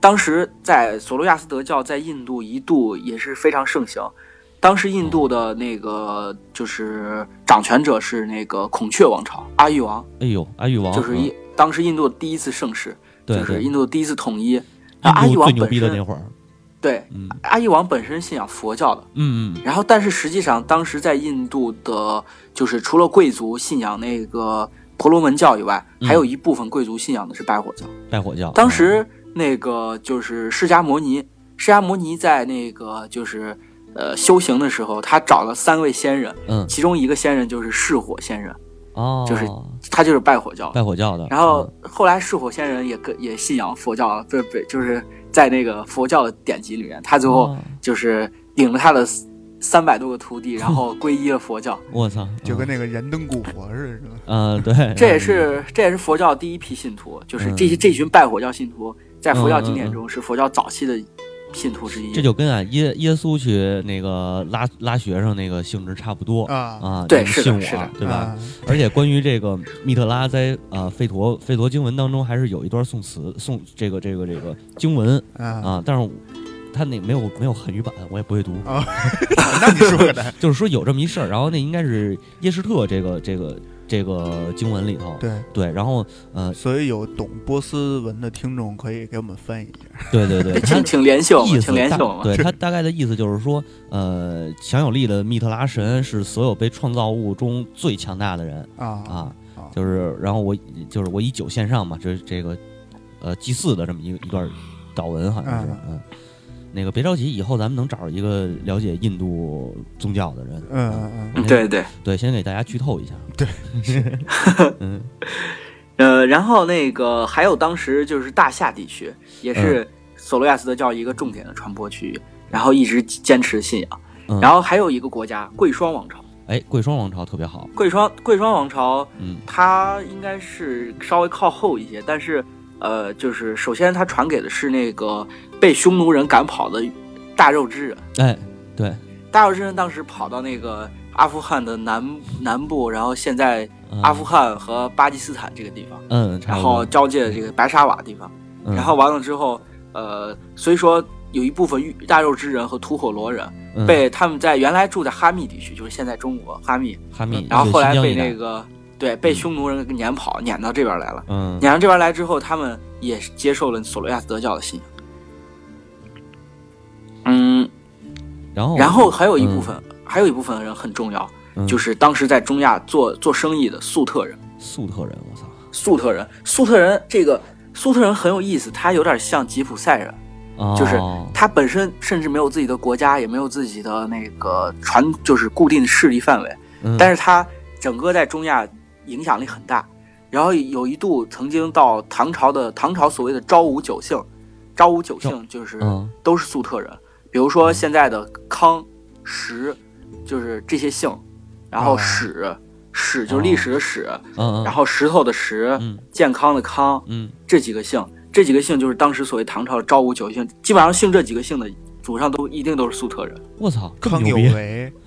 Speaker 3: 当时在索罗亚斯德教在印度一度也是非常盛行，当时印度的那个就是掌权者是那个孔雀王朝阿育王，
Speaker 2: 哎呦阿育王
Speaker 3: 就是
Speaker 2: 嗯
Speaker 3: 印当时印度的第一次盛世，
Speaker 2: 对
Speaker 3: 就是
Speaker 2: 对
Speaker 3: 印度的第一次统一。
Speaker 2: 印
Speaker 3: 阿育
Speaker 2: 度
Speaker 3: 王
Speaker 2: 最牛
Speaker 3: 本
Speaker 2: 逼的那
Speaker 3: 身
Speaker 2: 会儿，
Speaker 3: 对
Speaker 2: 嗯
Speaker 3: 阿育王本身信仰佛教的，
Speaker 2: 嗯嗯
Speaker 3: 然后，但是实际上，当时在印度的，就是除了贵族信仰那个婆罗门教以外，
Speaker 2: 嗯
Speaker 3: 还有一部分贵族信仰的是拜火教。
Speaker 2: 拜火教，
Speaker 3: 当时那个就是释迦摩尼，释迦摩尼在那个就是呃修行的时候，他找了三位仙人，
Speaker 2: 嗯
Speaker 3: 其中一个仙人就是释火仙人，
Speaker 2: 哦
Speaker 3: 就是他就是拜火教的。
Speaker 2: 拜火教的，嗯
Speaker 3: 然后后来释火仙人也跟也信仰佛教，对对，就是在那个佛教的典籍里面，他最
Speaker 2: 嗯
Speaker 3: 后
Speaker 2: 哦
Speaker 3: 就是领了他的三百多个
Speaker 2: [LAUGHS]
Speaker 3: 徒弟，然后皈依了佛教。
Speaker 2: 我操，
Speaker 1: 就跟
Speaker 2: 那
Speaker 1: 那个燃灯古佛似的。
Speaker 2: 呃对，
Speaker 3: 这也
Speaker 2: 嗯
Speaker 3: 是这也是佛教第一批信徒，就是这些
Speaker 2: 嗯
Speaker 3: 这群拜火教信徒，在佛教经
Speaker 2: 嗯嗯
Speaker 3: 典
Speaker 2: 嗯
Speaker 3: 中是佛教早期的信徒之一。
Speaker 2: 这就跟啊耶耶稣去那个拉拉学生那个性质差不多
Speaker 1: 啊
Speaker 2: 啊，
Speaker 3: 对
Speaker 2: 你们
Speaker 3: 是的
Speaker 2: 信
Speaker 3: 是
Speaker 2: 我
Speaker 3: 的
Speaker 2: 对吧？
Speaker 1: 啊
Speaker 2: 而且关于这个密特拉在呃吠陀吠陀经文当中，还是有一段宋词宋这个这个这个经文
Speaker 1: 啊，
Speaker 2: 啊，但是他那没有没有汉语版，我也不会读。
Speaker 1: 那你说的
Speaker 2: [LAUGHS] 就是说有这么一事儿，然后那应该是耶什特这个这个这个经文里头，
Speaker 1: 对，
Speaker 2: 对，然后呃，
Speaker 1: 所以有懂波斯文的听众可以给我们翻译一下。
Speaker 2: 对对
Speaker 3: [LAUGHS]
Speaker 2: 对，
Speaker 3: 对
Speaker 2: 他
Speaker 3: 哎请请联系我
Speaker 2: 意
Speaker 3: 们，
Speaker 2: 思
Speaker 3: 请联系
Speaker 2: 大
Speaker 3: 我们。
Speaker 2: 对他大概的意思就是说，呃，强有力的密特拉神是所有被创造物中最强大的人
Speaker 1: 啊
Speaker 2: 啊，就是然后我就是我以酒献上嘛，这这个呃祭祀的这么一一
Speaker 1: 啊
Speaker 2: 段祷文好像是，
Speaker 1: 嗯
Speaker 2: 嗯，那个别着急，以后咱们能找着一个了解印度宗教的人，
Speaker 1: 嗯嗯嗯
Speaker 2: 嗯
Speaker 3: 对对，
Speaker 2: 对，先给大家剧透一下，
Speaker 1: 对，
Speaker 2: 嗯
Speaker 3: 呃，然后那个还有当时就是大夏地区，也
Speaker 2: 嗯
Speaker 3: 是索罗亚斯德教一个重点的传播区域，然后一直坚持信仰。
Speaker 2: 嗯
Speaker 3: 然后还有一个国家贵霜王朝，
Speaker 2: 哎，贵霜王朝特别好，
Speaker 3: 贵霜贵霜王朝
Speaker 2: 嗯
Speaker 3: 它应该是稍微靠后一些，但是呃，就是首先它传给的是那个被匈奴人赶跑的大肉之人，
Speaker 2: 哎，对，
Speaker 3: 大肉之人当时跑到那个阿富汗的南南部，然后现在
Speaker 2: 嗯
Speaker 3: 阿富汗和巴基斯坦这个地方，
Speaker 2: 嗯，差
Speaker 3: 然
Speaker 2: 不
Speaker 3: 后
Speaker 2: 多，
Speaker 3: 交界的这个白沙瓦地方，
Speaker 2: 嗯
Speaker 3: 然后完了之后，呃，所以说有一部分玉大肉之人和吐火罗人
Speaker 2: 嗯
Speaker 3: 被他们在原来住在哈密地区，就是现在中国哈密，
Speaker 2: 哈密，
Speaker 3: 然后
Speaker 2: 对
Speaker 3: 后来
Speaker 2: 新疆
Speaker 3: 被
Speaker 2: 一带
Speaker 3: 那个对被匈奴人给撵跑，撵到这边来了。
Speaker 2: 嗯
Speaker 3: 撵到这边来之后，他们也是接受了索罗亚斯德教的信仰。嗯，
Speaker 2: 然后
Speaker 3: 然后还有一部分，还有一部分人很重要，
Speaker 2: 哦嗯
Speaker 3: 就是当时在中亚做做生意的粟特人。
Speaker 2: 粟特人，我操，
Speaker 3: 粟特人，粟特人这个粟特人很有意思，他有点像吉普赛人，
Speaker 2: 哦、
Speaker 3: 就是他本身甚至没有自己的国家，也没有自己的那个传，就是固定的势力范围，
Speaker 2: 嗯，
Speaker 3: 但是他整个在中亚影响力很大。然后有一度曾经到唐朝的唐朝所谓的昭武九姓，昭武九姓就是
Speaker 2: 嗯
Speaker 3: 都是粟特人，比如说现在的康、石，就是这些姓，然后
Speaker 1: 哦
Speaker 3: 史、史就是历史的史，
Speaker 2: 哦嗯嗯
Speaker 3: 然后石头的石，
Speaker 2: 嗯
Speaker 3: 健康的康，
Speaker 2: 嗯
Speaker 3: 这几个姓，这几个姓就是当时所谓唐朝的昭武九姓，基本上姓这几个姓的祖上都一定都是粟特人。
Speaker 2: 我操，这么
Speaker 1: 康
Speaker 2: 牛
Speaker 1: 有
Speaker 2: 逼！
Speaker 1: 为、
Speaker 2: [LAUGHS]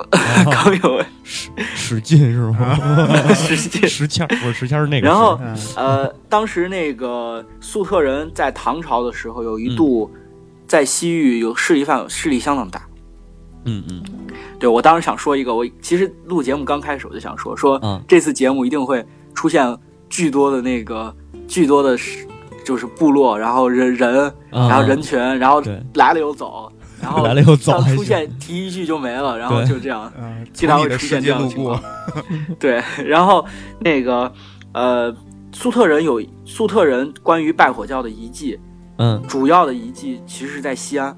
Speaker 3: [LAUGHS]
Speaker 2: 啊
Speaker 3: 康有为
Speaker 2: 史史进是
Speaker 1: [LAUGHS]
Speaker 2: 吗？
Speaker 3: [LAUGHS] 史
Speaker 2: [LAUGHS]
Speaker 3: 进。
Speaker 2: 石谦儿不是石谦儿那个史，
Speaker 3: 然后
Speaker 1: 嗯，
Speaker 3: 呃，当时那个粟特人在唐朝的时候，有
Speaker 2: 嗯
Speaker 3: 一度在西域有势力范围势力相当大。
Speaker 2: 嗯嗯
Speaker 3: 对我当时想说一个，我其实录节目刚开始我就想说，说
Speaker 2: 嗯
Speaker 3: 这次节目一定会出现巨多的那个巨多的是，就是部落，然后人人，
Speaker 2: 嗯
Speaker 3: 然后人群，然后
Speaker 2: 对
Speaker 3: 来了又走，然后
Speaker 2: 来了又走
Speaker 3: 当
Speaker 2: 还
Speaker 3: 出
Speaker 2: 行
Speaker 3: 现提一句就没了，然后
Speaker 2: 对
Speaker 3: 就这样。
Speaker 1: 嗯，
Speaker 3: 经常
Speaker 1: 从
Speaker 3: 会
Speaker 1: 你的
Speaker 3: 出
Speaker 1: 世
Speaker 3: 现这
Speaker 1: 界
Speaker 3: 样的
Speaker 1: 路
Speaker 3: 情
Speaker 1: 过 [LAUGHS]
Speaker 3: 况，对，然后那个呃，粟特人有粟特人关于拜火教的遗迹，
Speaker 2: 嗯
Speaker 3: 主要的遗迹其实是在西安，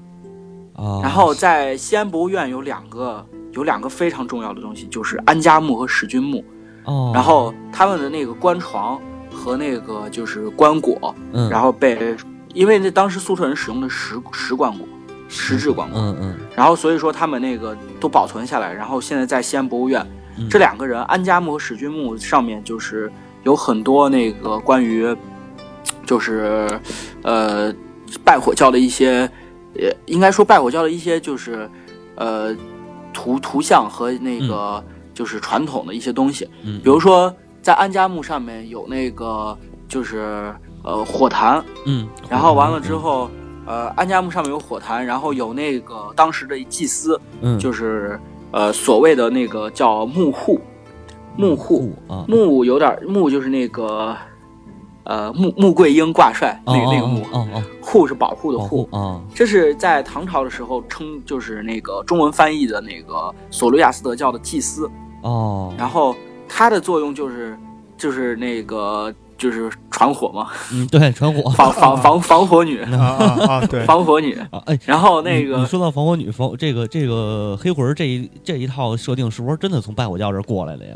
Speaker 2: 啊，
Speaker 3: 然后在西安博物院有两个有两个非常重要的东西，就是安家墓和史君墓，
Speaker 2: 哦，
Speaker 3: 然后他们的那个棺床和那个就是棺椁，
Speaker 2: 嗯，
Speaker 3: 然
Speaker 2: 后
Speaker 3: 后被因为那当时粟特人使用的石石棺椁。石质棺椁，
Speaker 2: 嗯嗯
Speaker 3: 然后所以说他们那个都保存下来，然后现在在西安博物院，
Speaker 2: 嗯
Speaker 3: 这两个人安家墓和史君墓上面就是有很多那个关于，就是呃拜火教的一些，呃应该说拜火教的一些就是呃图图像和那个就是传统的一些东西，
Speaker 2: 嗯，
Speaker 3: 比如说在安家墓上面有那个就是呃火坛，
Speaker 2: 嗯，
Speaker 3: 然后完了之后，呃，安家墓上面有火坛，然后有那个当时的祭司，
Speaker 2: 嗯，嗯
Speaker 3: 就是呃所谓的那个叫木户，木户，
Speaker 2: 啊，
Speaker 3: 木有点木就是那个，呃穆穆桂英挂帅那个那个木，
Speaker 2: 哦哦
Speaker 3: 户是保护的
Speaker 2: 保护
Speaker 3: 户。
Speaker 2: 啊，
Speaker 3: 这是在唐朝的时候称，就是那个中文翻译的那个索罗亚斯德教的祭司，
Speaker 2: 哦，
Speaker 3: 然后它的作用就是就是那个就是传火嘛，
Speaker 2: 嗯，对，传
Speaker 3: [LAUGHS]
Speaker 2: 火
Speaker 3: 防防防防火女，
Speaker 1: 啊啊啊！对，
Speaker 3: 防火女。
Speaker 2: 啊，哎。
Speaker 3: 然后
Speaker 2: 你
Speaker 3: 那
Speaker 2: 你
Speaker 3: 个
Speaker 2: 说到防火女防这个这个黑魂儿这一这一套设定，是不是真的从拜火教这儿过来的呀？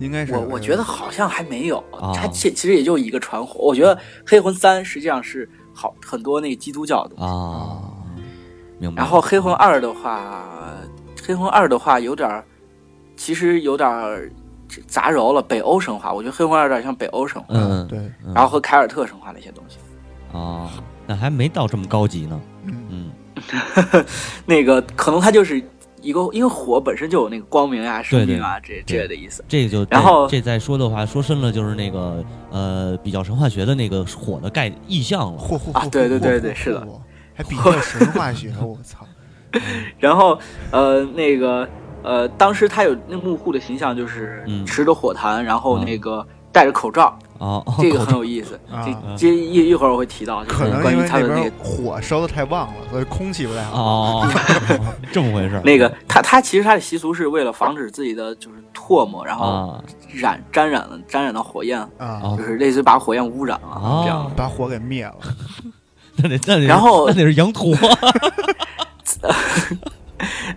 Speaker 1: 应该是
Speaker 3: 我
Speaker 1: 有
Speaker 3: 我
Speaker 1: 这
Speaker 2: 嗯
Speaker 3: 觉
Speaker 1: 个
Speaker 3: 得好像还没有，
Speaker 2: 啊
Speaker 3: 它其其实也就一个传火。我觉得《黑魂三》实际上是好很多那个基督教的，
Speaker 2: 啊，明白。
Speaker 3: 哦然后《黑魂二》的话，《黑魂二》的话有点儿，其实有点儿杂糅了北欧神话。我觉得《黑魂二》有点像北欧神话，
Speaker 2: 嗯，嗯，
Speaker 1: 对，
Speaker 2: 嗯
Speaker 3: 然后和凯尔特神话那些东西。
Speaker 2: 哦，那还没到这么高级呢。
Speaker 1: 嗯
Speaker 2: 嗯
Speaker 3: 那个可能它就是一个，因为火本身就有那个光明啊、生
Speaker 2: 对
Speaker 3: 命啊这这
Speaker 2: 对
Speaker 3: 类的意思。
Speaker 2: 这个就
Speaker 3: 然后
Speaker 2: 这这再说的话，说深了就是那个呃，比较神话学的那个火的概意象了。
Speaker 1: 嚯嚯
Speaker 3: 啊
Speaker 1: 嚯！
Speaker 3: 对对
Speaker 1: 嚯
Speaker 3: 对
Speaker 1: 嚯
Speaker 3: 对是的
Speaker 1: 嚯嚯还比较神话学，我
Speaker 3: [LAUGHS]
Speaker 1: 操！
Speaker 3: 然后呃那个呃，当时他有那幕户的形象就是
Speaker 2: 嗯
Speaker 3: 持着火坛，然后
Speaker 2: 啊
Speaker 3: 那个戴着口罩，
Speaker 2: 哦，
Speaker 3: 这个
Speaker 2: 口
Speaker 3: 很有意思。
Speaker 1: 啊
Speaker 3: 这这一一会儿我会提到，就是
Speaker 1: 可能
Speaker 3: 关
Speaker 1: 因
Speaker 3: 于
Speaker 1: 为
Speaker 3: 他
Speaker 1: 那
Speaker 3: 的那
Speaker 1: 边
Speaker 3: 个
Speaker 1: 火烧的太旺了，所以空气不太好。
Speaker 2: 哦， [LAUGHS] 这么回事儿。
Speaker 3: 那个他他其实他的习俗是为了防止自己的就是唾沫，然后
Speaker 2: 啊
Speaker 3: 染沾染了沾染到火焰，
Speaker 1: 啊
Speaker 2: 哦
Speaker 3: 就是类似于把火焰污染了这样
Speaker 2: 啊
Speaker 3: 的。，
Speaker 1: 把火给灭了，
Speaker 2: 那得那得
Speaker 3: 然后
Speaker 2: 那得是羊
Speaker 3: [LAUGHS]
Speaker 2: 驼。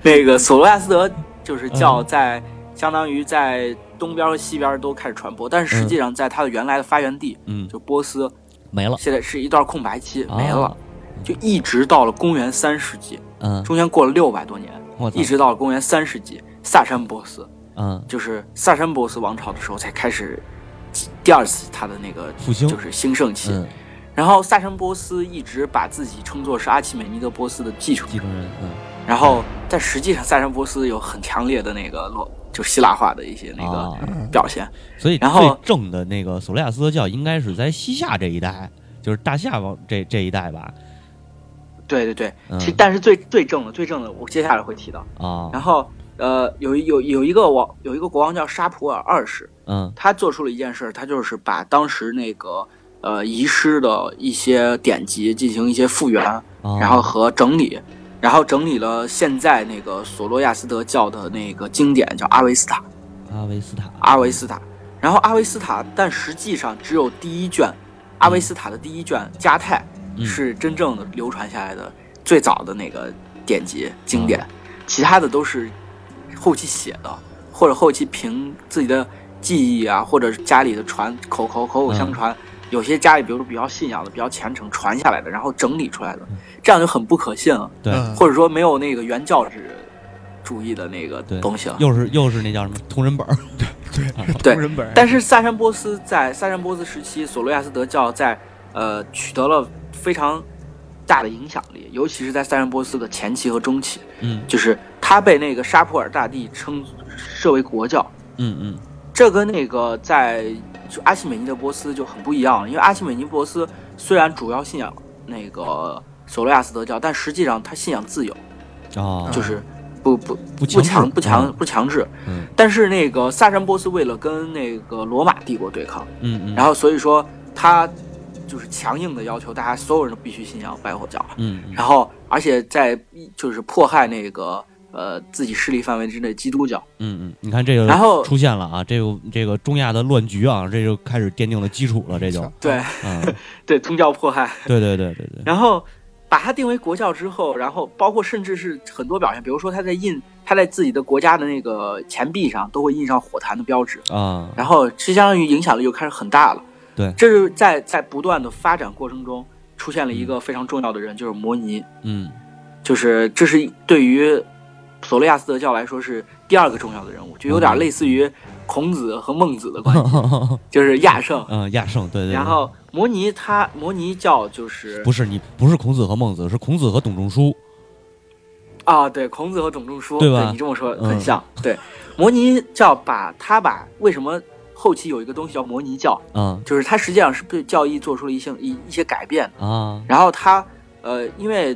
Speaker 3: 那个索罗亚斯德就是
Speaker 2: 嗯
Speaker 3: 教在相当于在东边和西边都开始传播，但是实际上在它的原来的发源地
Speaker 2: 嗯，
Speaker 3: 就波斯，
Speaker 2: 没了，
Speaker 3: 现在是一段空白期，没
Speaker 2: 啊
Speaker 3: 了。。就一直到了公元三世纪，
Speaker 2: 嗯，
Speaker 3: 中间过了六百多年，
Speaker 2: 我操
Speaker 3: 一直到了公元三世纪，萨珊波斯
Speaker 2: 嗯
Speaker 3: 就是萨珊波斯王朝的时候才开始第二次他的那个
Speaker 2: 复兴
Speaker 3: 就是兴盛期。
Speaker 2: 嗯，
Speaker 3: 然后萨珊波斯一直把自己称作是阿契美尼德波斯的继承，
Speaker 2: 继承人嗯
Speaker 3: 然后但实际上萨珊波斯有很强烈的那个罗就是希腊化的一些那个
Speaker 2: 啊，
Speaker 3: 表现。
Speaker 2: 所以
Speaker 3: 然后
Speaker 2: 最正的那个索罗亚斯德教应该是在西夏这一带，就是大夏王这这一带吧。
Speaker 3: 对对对，
Speaker 2: 嗯
Speaker 3: 其实但是最最正的最正的，我接下来会提到。
Speaker 2: 啊，
Speaker 3: 然后呃，有一有有一个王有一个国王叫沙普尔二世，
Speaker 2: 嗯
Speaker 3: 他做出了一件事儿，他就是把当时那个呃遗失的一些典籍进行一些复原，
Speaker 2: 啊，
Speaker 3: 然后和整理，然后整理了现在那个索罗亚斯德教的那个经典叫阿维斯塔，
Speaker 2: 阿维斯塔
Speaker 3: 阿维斯塔。然后阿维斯塔，但实际上只有第一卷，阿维斯塔的第一卷加泰
Speaker 2: 嗯
Speaker 3: 是真正的流传下来的最早的那个典籍经
Speaker 2: 哦
Speaker 3: 典，其他的都是后期写的，或者后期凭自己的记忆啊，或者家里的传口口口口
Speaker 2: 嗯
Speaker 3: 相传，有些家里比如说比较信仰的、比较虔诚传下来的，然后整理出来的，这样就很不可信了，啊
Speaker 2: 对
Speaker 1: 嗯
Speaker 3: 或者说没有那个原教旨注意的那个
Speaker 2: 对
Speaker 3: 东西了。
Speaker 2: 又是又是那叫什么同人本儿，
Speaker 3: 对
Speaker 1: 同人本，
Speaker 3: 但是萨珊波斯在萨珊波斯时期，索罗亚斯德教在呃取得了非常大的影响力，尤其是在萨珊波斯的前期和中期，
Speaker 2: 嗯
Speaker 3: 就是他被那个沙普尔大帝称设为国教，
Speaker 2: 嗯嗯，
Speaker 3: 这跟那个在就阿西美尼德波斯就很不一样了，因为阿西美尼波斯虽然主要信仰那个索罗亚斯德教，但实际上他信仰自由，
Speaker 2: 哦，
Speaker 3: 就是不不
Speaker 2: 不强
Speaker 3: 不
Speaker 2: 制
Speaker 3: 强不强，不强制。
Speaker 2: 嗯
Speaker 3: 但是那个萨珊波斯为了跟那个罗马帝国对抗，
Speaker 2: 嗯嗯，
Speaker 3: 然
Speaker 2: 后
Speaker 3: 后所以说他就是强硬的要求大家所有人都必须信仰拜火教，
Speaker 2: 嗯嗯
Speaker 3: 然后而且在就是迫害那个呃自己势力范围之内基督教。
Speaker 2: 嗯嗯，你看这个
Speaker 3: 然后
Speaker 2: 出现了啊，这个这个中亚的乱局啊，这就开始奠定了基础了，这就
Speaker 3: 对 [LAUGHS]
Speaker 2: 嗯，
Speaker 3: 对宗教迫害，
Speaker 2: 对对对对对，
Speaker 3: [LAUGHS] 然后把它定为国教之后，然后包括甚至是很多表现，比如说他在印他在自己的国家的那个钱币上都会印上火坛的标志，
Speaker 2: 啊，
Speaker 3: 然后这相当于影响力就开始很大了。
Speaker 2: 对
Speaker 3: 这是在在不断的发展过程中出现了一个非常重要的人，就是摩尼，
Speaker 2: 嗯
Speaker 3: 就是这是对于索罗亚斯德教来说是第二个重要的人物，就
Speaker 2: 嗯
Speaker 3: 有点类似于孔子和孟子的关
Speaker 2: [LAUGHS]
Speaker 3: 系，就是亚圣。
Speaker 2: 嗯，亚圣，对对，对
Speaker 3: 然后摩尼他摩尼教就是
Speaker 2: 不是你不是孔子和孟子，是孔子和董仲舒，
Speaker 3: 啊，对，孔子和董仲舒，
Speaker 2: 对吧
Speaker 3: 你这么说很
Speaker 2: 嗯
Speaker 3: 像。对，摩尼教把他把为什么后期有一个东西叫摩尼教，
Speaker 2: 嗯
Speaker 3: 就是它实际上是对教义做出了一些一一些改变。
Speaker 2: 啊，
Speaker 3: 然后它呃，因为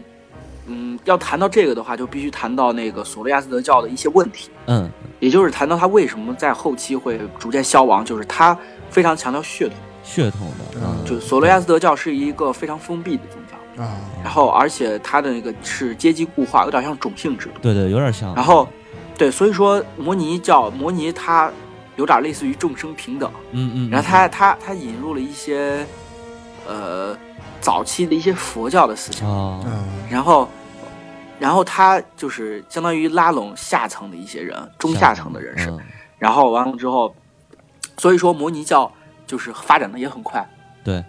Speaker 3: 嗯，要谈到这个的话，就必须谈到那个索罗亚斯德教的一些问题，
Speaker 2: 嗯
Speaker 3: 也就是谈到它为什么在后期会逐渐消亡，就是它非常强调血统，
Speaker 2: 血统的，嗯，
Speaker 3: 就是索罗亚斯德教是一个非常封闭的宗教，
Speaker 1: 啊，
Speaker 3: 然后而且它的那个是阶级固化，有点像种姓制度。
Speaker 2: 对对，有点像，
Speaker 3: 然后，对，所以说摩尼教摩尼它有点类似于众生平等，
Speaker 2: 嗯嗯，
Speaker 3: 然后它它它引入了一些，呃，早期的一些佛教的思想，
Speaker 2: 啊，
Speaker 1: 嗯
Speaker 3: 然后，然后它就是相当于拉拢下层的一些人，中下层的人士，
Speaker 2: 嗯
Speaker 3: 然后完了之后，所以说摩尼教就是发展的也很快。
Speaker 2: 对，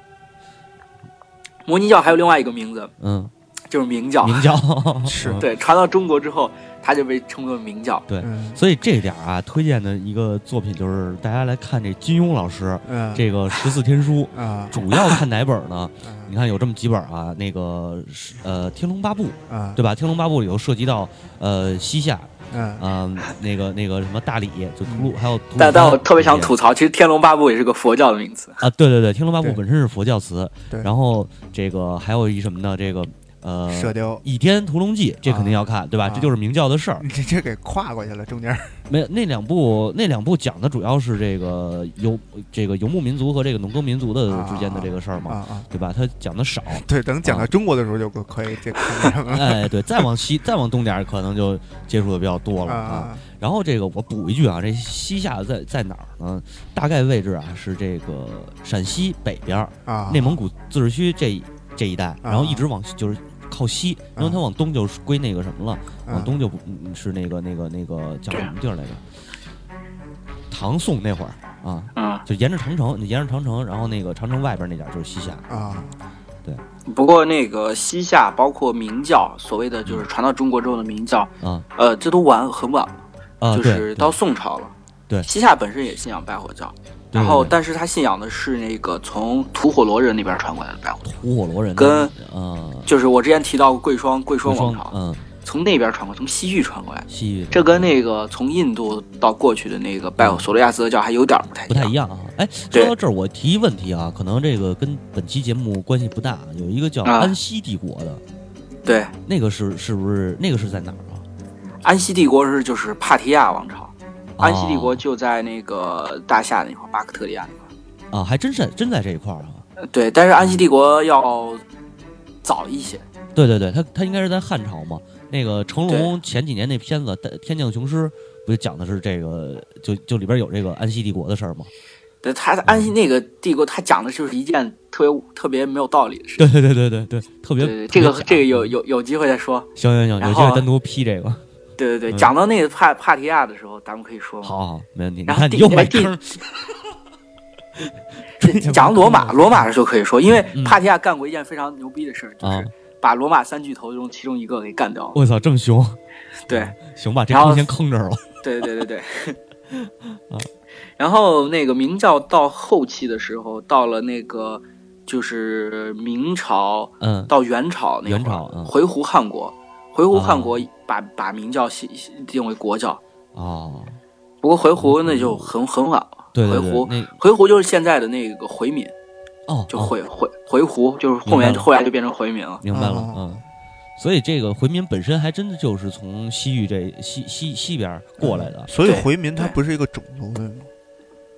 Speaker 3: 摩尼教还有另外一个名字，
Speaker 2: 嗯，
Speaker 3: 就是明教。
Speaker 2: 明教 [LAUGHS]
Speaker 1: 是
Speaker 2: 嗯
Speaker 3: 对，传到中国之后，它就被称作明教。
Speaker 1: 嗯
Speaker 2: 所以这点儿啊，推荐的一个作品就是大家来看这金庸老师
Speaker 1: 嗯
Speaker 2: 这个《十四天书》，
Speaker 1: 啊
Speaker 2: 主要看哪本呢？
Speaker 1: 嗯
Speaker 2: 你看有这么几本啊，那个是呃《天龙八部》，
Speaker 1: 啊
Speaker 2: 对吧？《天龙八部》里头涉及到呃西夏
Speaker 1: 嗯
Speaker 2: 啊、那个那个什么大理，就吐鲁，还有吐鲁番
Speaker 3: 但但我嗯特别想
Speaker 2: 这些
Speaker 3: 吐槽，其实《天龙八部》也是个佛教的名词。
Speaker 2: 啊，对对对，《天龙八部
Speaker 1: 对》
Speaker 2: 本身是佛教词，
Speaker 1: 对
Speaker 2: 然后这个还有一什么呢？这个呃，
Speaker 1: 射
Speaker 2: 《
Speaker 1: 雕，
Speaker 2: 倚天屠龙记》这肯定要看，对吧？
Speaker 1: 啊
Speaker 2: 这就是明教的事儿。
Speaker 1: 你这这给跨过去了中间儿
Speaker 2: 没有那两部，那两部讲的主要是这个游这个游牧民族和这个农耕民族的
Speaker 1: 啊
Speaker 2: 之间的这个事儿
Speaker 1: 啊
Speaker 2: 嘛，
Speaker 1: 啊，
Speaker 2: 对吧？它讲
Speaker 1: [LAUGHS]
Speaker 2: 的少，
Speaker 1: 对，等讲到
Speaker 2: 啊
Speaker 1: 中国的时候就可可以这看上了
Speaker 2: 哎，对，再往西 [LAUGHS] 再往东点儿可能就接触的比较多了啊。
Speaker 1: 啊
Speaker 2: 然后这个我补一句啊，这西夏在在哪儿呢？大概位置啊是这个陕西北边儿，
Speaker 1: 啊，
Speaker 2: 内蒙古自治区这一这一带，然后一直往就是靠西，因为它往东就是归那个什么了，
Speaker 1: 啊
Speaker 2: 往东就不嗯是那个那个那个叫什么地儿来着？唐宋那会儿啊，
Speaker 3: 嗯，
Speaker 2: 就沿着长城，你沿着长城，然后那个长城外边那点儿就是西夏。
Speaker 1: 啊
Speaker 3: 不过那个西夏包括明教，所谓的
Speaker 2: 嗯
Speaker 3: 就是传到中国之后的明教，
Speaker 2: 啊
Speaker 3: 呃，这都晚很晚，
Speaker 2: 啊，
Speaker 3: 就
Speaker 2: 对
Speaker 3: 是
Speaker 2: 对
Speaker 3: 到宋朝了。
Speaker 2: 对
Speaker 3: 西夏本身也信仰拜火教，
Speaker 2: 对
Speaker 3: 然后
Speaker 2: 对对
Speaker 3: 但是他信仰的是那个从吐火罗人那边传过来的拜火教，
Speaker 2: 吐火罗人
Speaker 3: 跟
Speaker 2: 啊，
Speaker 3: 就是我之前提到过贵霜贵霜
Speaker 2: 双
Speaker 3: 王朝，
Speaker 2: 嗯，
Speaker 3: 从那边传过，从西域传过来的。
Speaker 2: 西域的
Speaker 3: 这跟那个从印度到过去的那个拜火索罗亚斯德教还有点儿不太
Speaker 2: 不太
Speaker 3: 样
Speaker 2: 一样啊。哎，说
Speaker 3: 对
Speaker 2: 到这儿，我提一问题啊，可能这个跟本期节目关系不大。有一个叫
Speaker 3: 啊
Speaker 2: 安息帝国的，
Speaker 3: 对，
Speaker 2: 那个是是不是那个是在哪儿啊？
Speaker 3: 安息帝国是就是帕提亚王朝，安息帝国
Speaker 2: 哦
Speaker 3: 就在那个大夏那块儿，巴克特利亚那块儿。
Speaker 2: 啊，还真是真在这一块儿啊。
Speaker 3: 呃对，但是安息帝国要早一些。
Speaker 2: 对对对，他他应该是在汉朝嘛。那个成龙
Speaker 3: 对
Speaker 2: 前几年那片子《天降雄狮》，不就讲的是这个，就就里边有这个安息帝国的事儿吗？
Speaker 3: 对，他安息那个帝国，他讲的就是一件特别特别没有道理的事情。
Speaker 2: 对对对对对对，特别
Speaker 3: 对对，这个这个有
Speaker 2: 有
Speaker 3: 有有机会再说。
Speaker 2: 行行行，有
Speaker 3: 然
Speaker 2: 机
Speaker 3: 后
Speaker 2: 会单独批这个。
Speaker 3: 对对对，
Speaker 2: 嗯
Speaker 3: 讲到那个帕帕提亚的时候，咱们可以说。，
Speaker 2: 好好，没问题。你
Speaker 3: 然后
Speaker 2: 看你
Speaker 3: 第
Speaker 2: 又埋
Speaker 3: 第
Speaker 2: 坑
Speaker 3: [LAUGHS]
Speaker 2: 儿，这也不
Speaker 3: 讲罗马，
Speaker 2: 坑 [LAUGHS]
Speaker 3: 罗马的时候可以说，因为
Speaker 2: 嗯
Speaker 3: 帕提亚干过一件非常牛逼的事儿，就
Speaker 2: 啊
Speaker 3: 是把罗马三巨头中其中一个给干掉了。
Speaker 2: 我操，这么凶？
Speaker 3: 对，
Speaker 2: 行吧，这
Speaker 3: 然后
Speaker 2: 坑先坑这儿了。
Speaker 3: 对对
Speaker 2: [LAUGHS]
Speaker 3: 对对
Speaker 2: 啊
Speaker 3: 对。 [LAUGHS] 然后那个明教到后期的时候，到了那个就是明朝
Speaker 2: 嗯
Speaker 3: 到元朝那会儿
Speaker 2: 元朝嗯
Speaker 3: 回鹘汗国，回鹘
Speaker 2: 啊
Speaker 3: 汗国把把明教系定为国教。
Speaker 2: 哦，
Speaker 3: 不过回鹘那
Speaker 2: 嗯
Speaker 3: 就很很晚了，
Speaker 2: 对对
Speaker 3: 回
Speaker 2: 对
Speaker 3: 鹘，
Speaker 2: 那
Speaker 3: 回鹘就是现在的那个回民，
Speaker 2: 哦
Speaker 3: 就
Speaker 2: 哦
Speaker 3: 回回回鹘，就是
Speaker 2: 明
Speaker 3: 后
Speaker 2: 白
Speaker 3: 面
Speaker 2: 了
Speaker 3: 后来就变成回民了。
Speaker 2: 明白了
Speaker 1: 嗯，
Speaker 2: 嗯。所以这个回民本身还真的就是从西域这西西西边儿过来的，
Speaker 1: 所以
Speaker 3: 对
Speaker 1: 回民它
Speaker 3: 对
Speaker 1: 不是一个种族，对吗？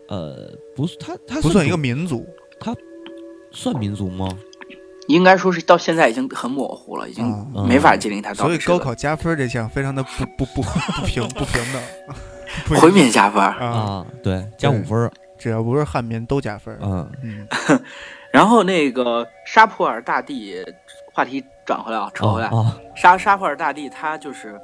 Speaker 2: 呃，不是，他他
Speaker 1: 不算一个
Speaker 2: 种
Speaker 1: 民族。
Speaker 2: 算民族吗？
Speaker 3: 应该说是到现在已经很模糊了，已经
Speaker 1: 嗯
Speaker 3: 没法界定它到
Speaker 1: 所
Speaker 3: 底
Speaker 1: 以
Speaker 3: 是
Speaker 1: 高
Speaker 3: 个
Speaker 1: 考加分这项非常的不不不不
Speaker 3: [LAUGHS]
Speaker 1: 平不平等， [LAUGHS] 不
Speaker 3: 回民加分儿。
Speaker 1: 啊，
Speaker 2: 啊，对，加五
Speaker 1: 对
Speaker 2: 分儿，
Speaker 1: 只要不是汉民都加分。
Speaker 2: 嗯，
Speaker 1: 嗯，
Speaker 3: 然后那个沙普尔大帝，话题转回来啊，扯回来，
Speaker 1: 嗯
Speaker 2: 啊啊，
Speaker 3: 沙沙普尔大帝他就是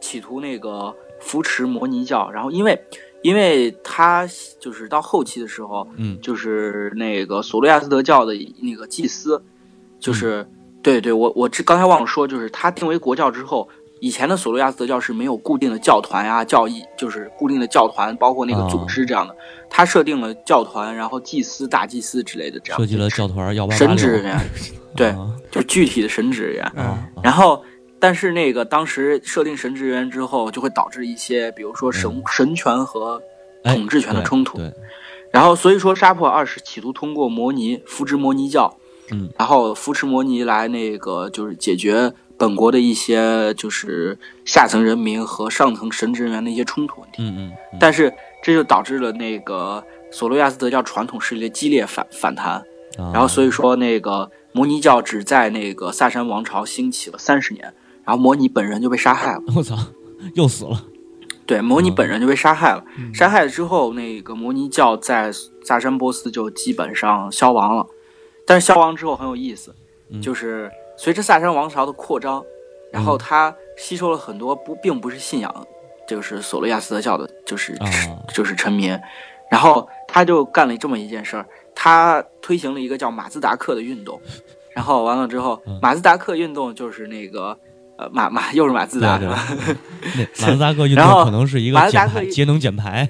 Speaker 3: 企图那个扶持摩尼教，然后因为因为他就是到后期的时候，
Speaker 2: 嗯，
Speaker 3: 就是那个索罗亚斯德教的那个祭司，就是、对对，我我这刚才忘了说，就是他定为国教之后，以前的索罗亚斯德教是没有固定的教团呀、啊教义，就是固定的教团，包括那个组织这
Speaker 2: 哦
Speaker 3: 样的。他设定了教团，然后祭司、大祭司之类的这样
Speaker 2: 设计了教团幺八八
Speaker 3: 神职
Speaker 2: 六
Speaker 3: 人，员，对
Speaker 2: 啊
Speaker 3: 就是具体的神职人员。
Speaker 2: 啊啊
Speaker 3: 然后，但是那个当时设定神职人员之后，就会导致一些，比如说神、神权和
Speaker 2: 嗯哎
Speaker 3: 统治权的
Speaker 2: 对
Speaker 3: 冲突
Speaker 2: 对，
Speaker 3: 然后，所以说沙普尔二世企图通过摩尼扶植摩尼教，
Speaker 2: 嗯，
Speaker 3: 然后扶持摩尼来那个就是解决本国的一些就是下层人民和上层神职人员的一些冲突问题。
Speaker 2: 嗯嗯嗯，
Speaker 3: 但是这就导势了那个索罗亚斯德教传统势力的激烈反反弹，
Speaker 2: 然
Speaker 3: 然后所以说那个摩尼教只在那个萨珊王朝兴起了三十年，然后摩尼本人就被杀害了。
Speaker 2: 我操， [LAUGHS] 又死了，
Speaker 3: 对，摩尼
Speaker 2: 嗯
Speaker 3: 本人就被杀害了。
Speaker 1: 嗯
Speaker 3: 杀害之后，那个摩尼教在萨珊波斯就基本上消亡了。但是消亡之后很有意思，
Speaker 2: 嗯
Speaker 3: 就是随着萨珊王朝的扩张，然后
Speaker 2: 嗯
Speaker 3: 他吸收了很多不并不是信仰，就是索罗亚斯德教的，就是、
Speaker 2: 啊
Speaker 3: [LAUGHS] 就是臣民。然后他就干了这么一件事儿，他推行了一个叫马自达克的
Speaker 2: [LAUGHS]
Speaker 3: 运动。然后完了之后
Speaker 2: 嗯，
Speaker 3: 马自达克运动就是那个呃马马又是马自达
Speaker 2: 对对
Speaker 3: 是
Speaker 2: 啊
Speaker 3: 吧？ [LAUGHS]
Speaker 2: 那马自达克运
Speaker 3: 然
Speaker 2: 动
Speaker 3: 后
Speaker 2: 可能是一
Speaker 3: 马
Speaker 2: 个
Speaker 3: 自
Speaker 2: 减
Speaker 3: 达克
Speaker 2: 排
Speaker 3: 运
Speaker 2: 节能减排，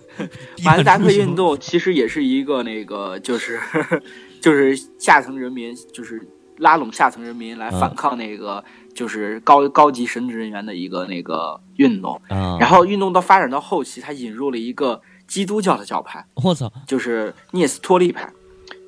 Speaker 2: [LAUGHS]
Speaker 3: 马自达
Speaker 2: 低碳
Speaker 3: 克
Speaker 2: 出行
Speaker 3: 运动其实也是一个那个，就是 [LAUGHS] 就是下层人民，就是拉拢下层人民来
Speaker 2: 啊
Speaker 3: 反抗那个，就是高高级神职人员的一个那个运动。
Speaker 2: 啊，
Speaker 3: 然后运动到发展到后期，它引入了一个基督教的教派，
Speaker 2: 我操，
Speaker 3: 就是涅斯托利派，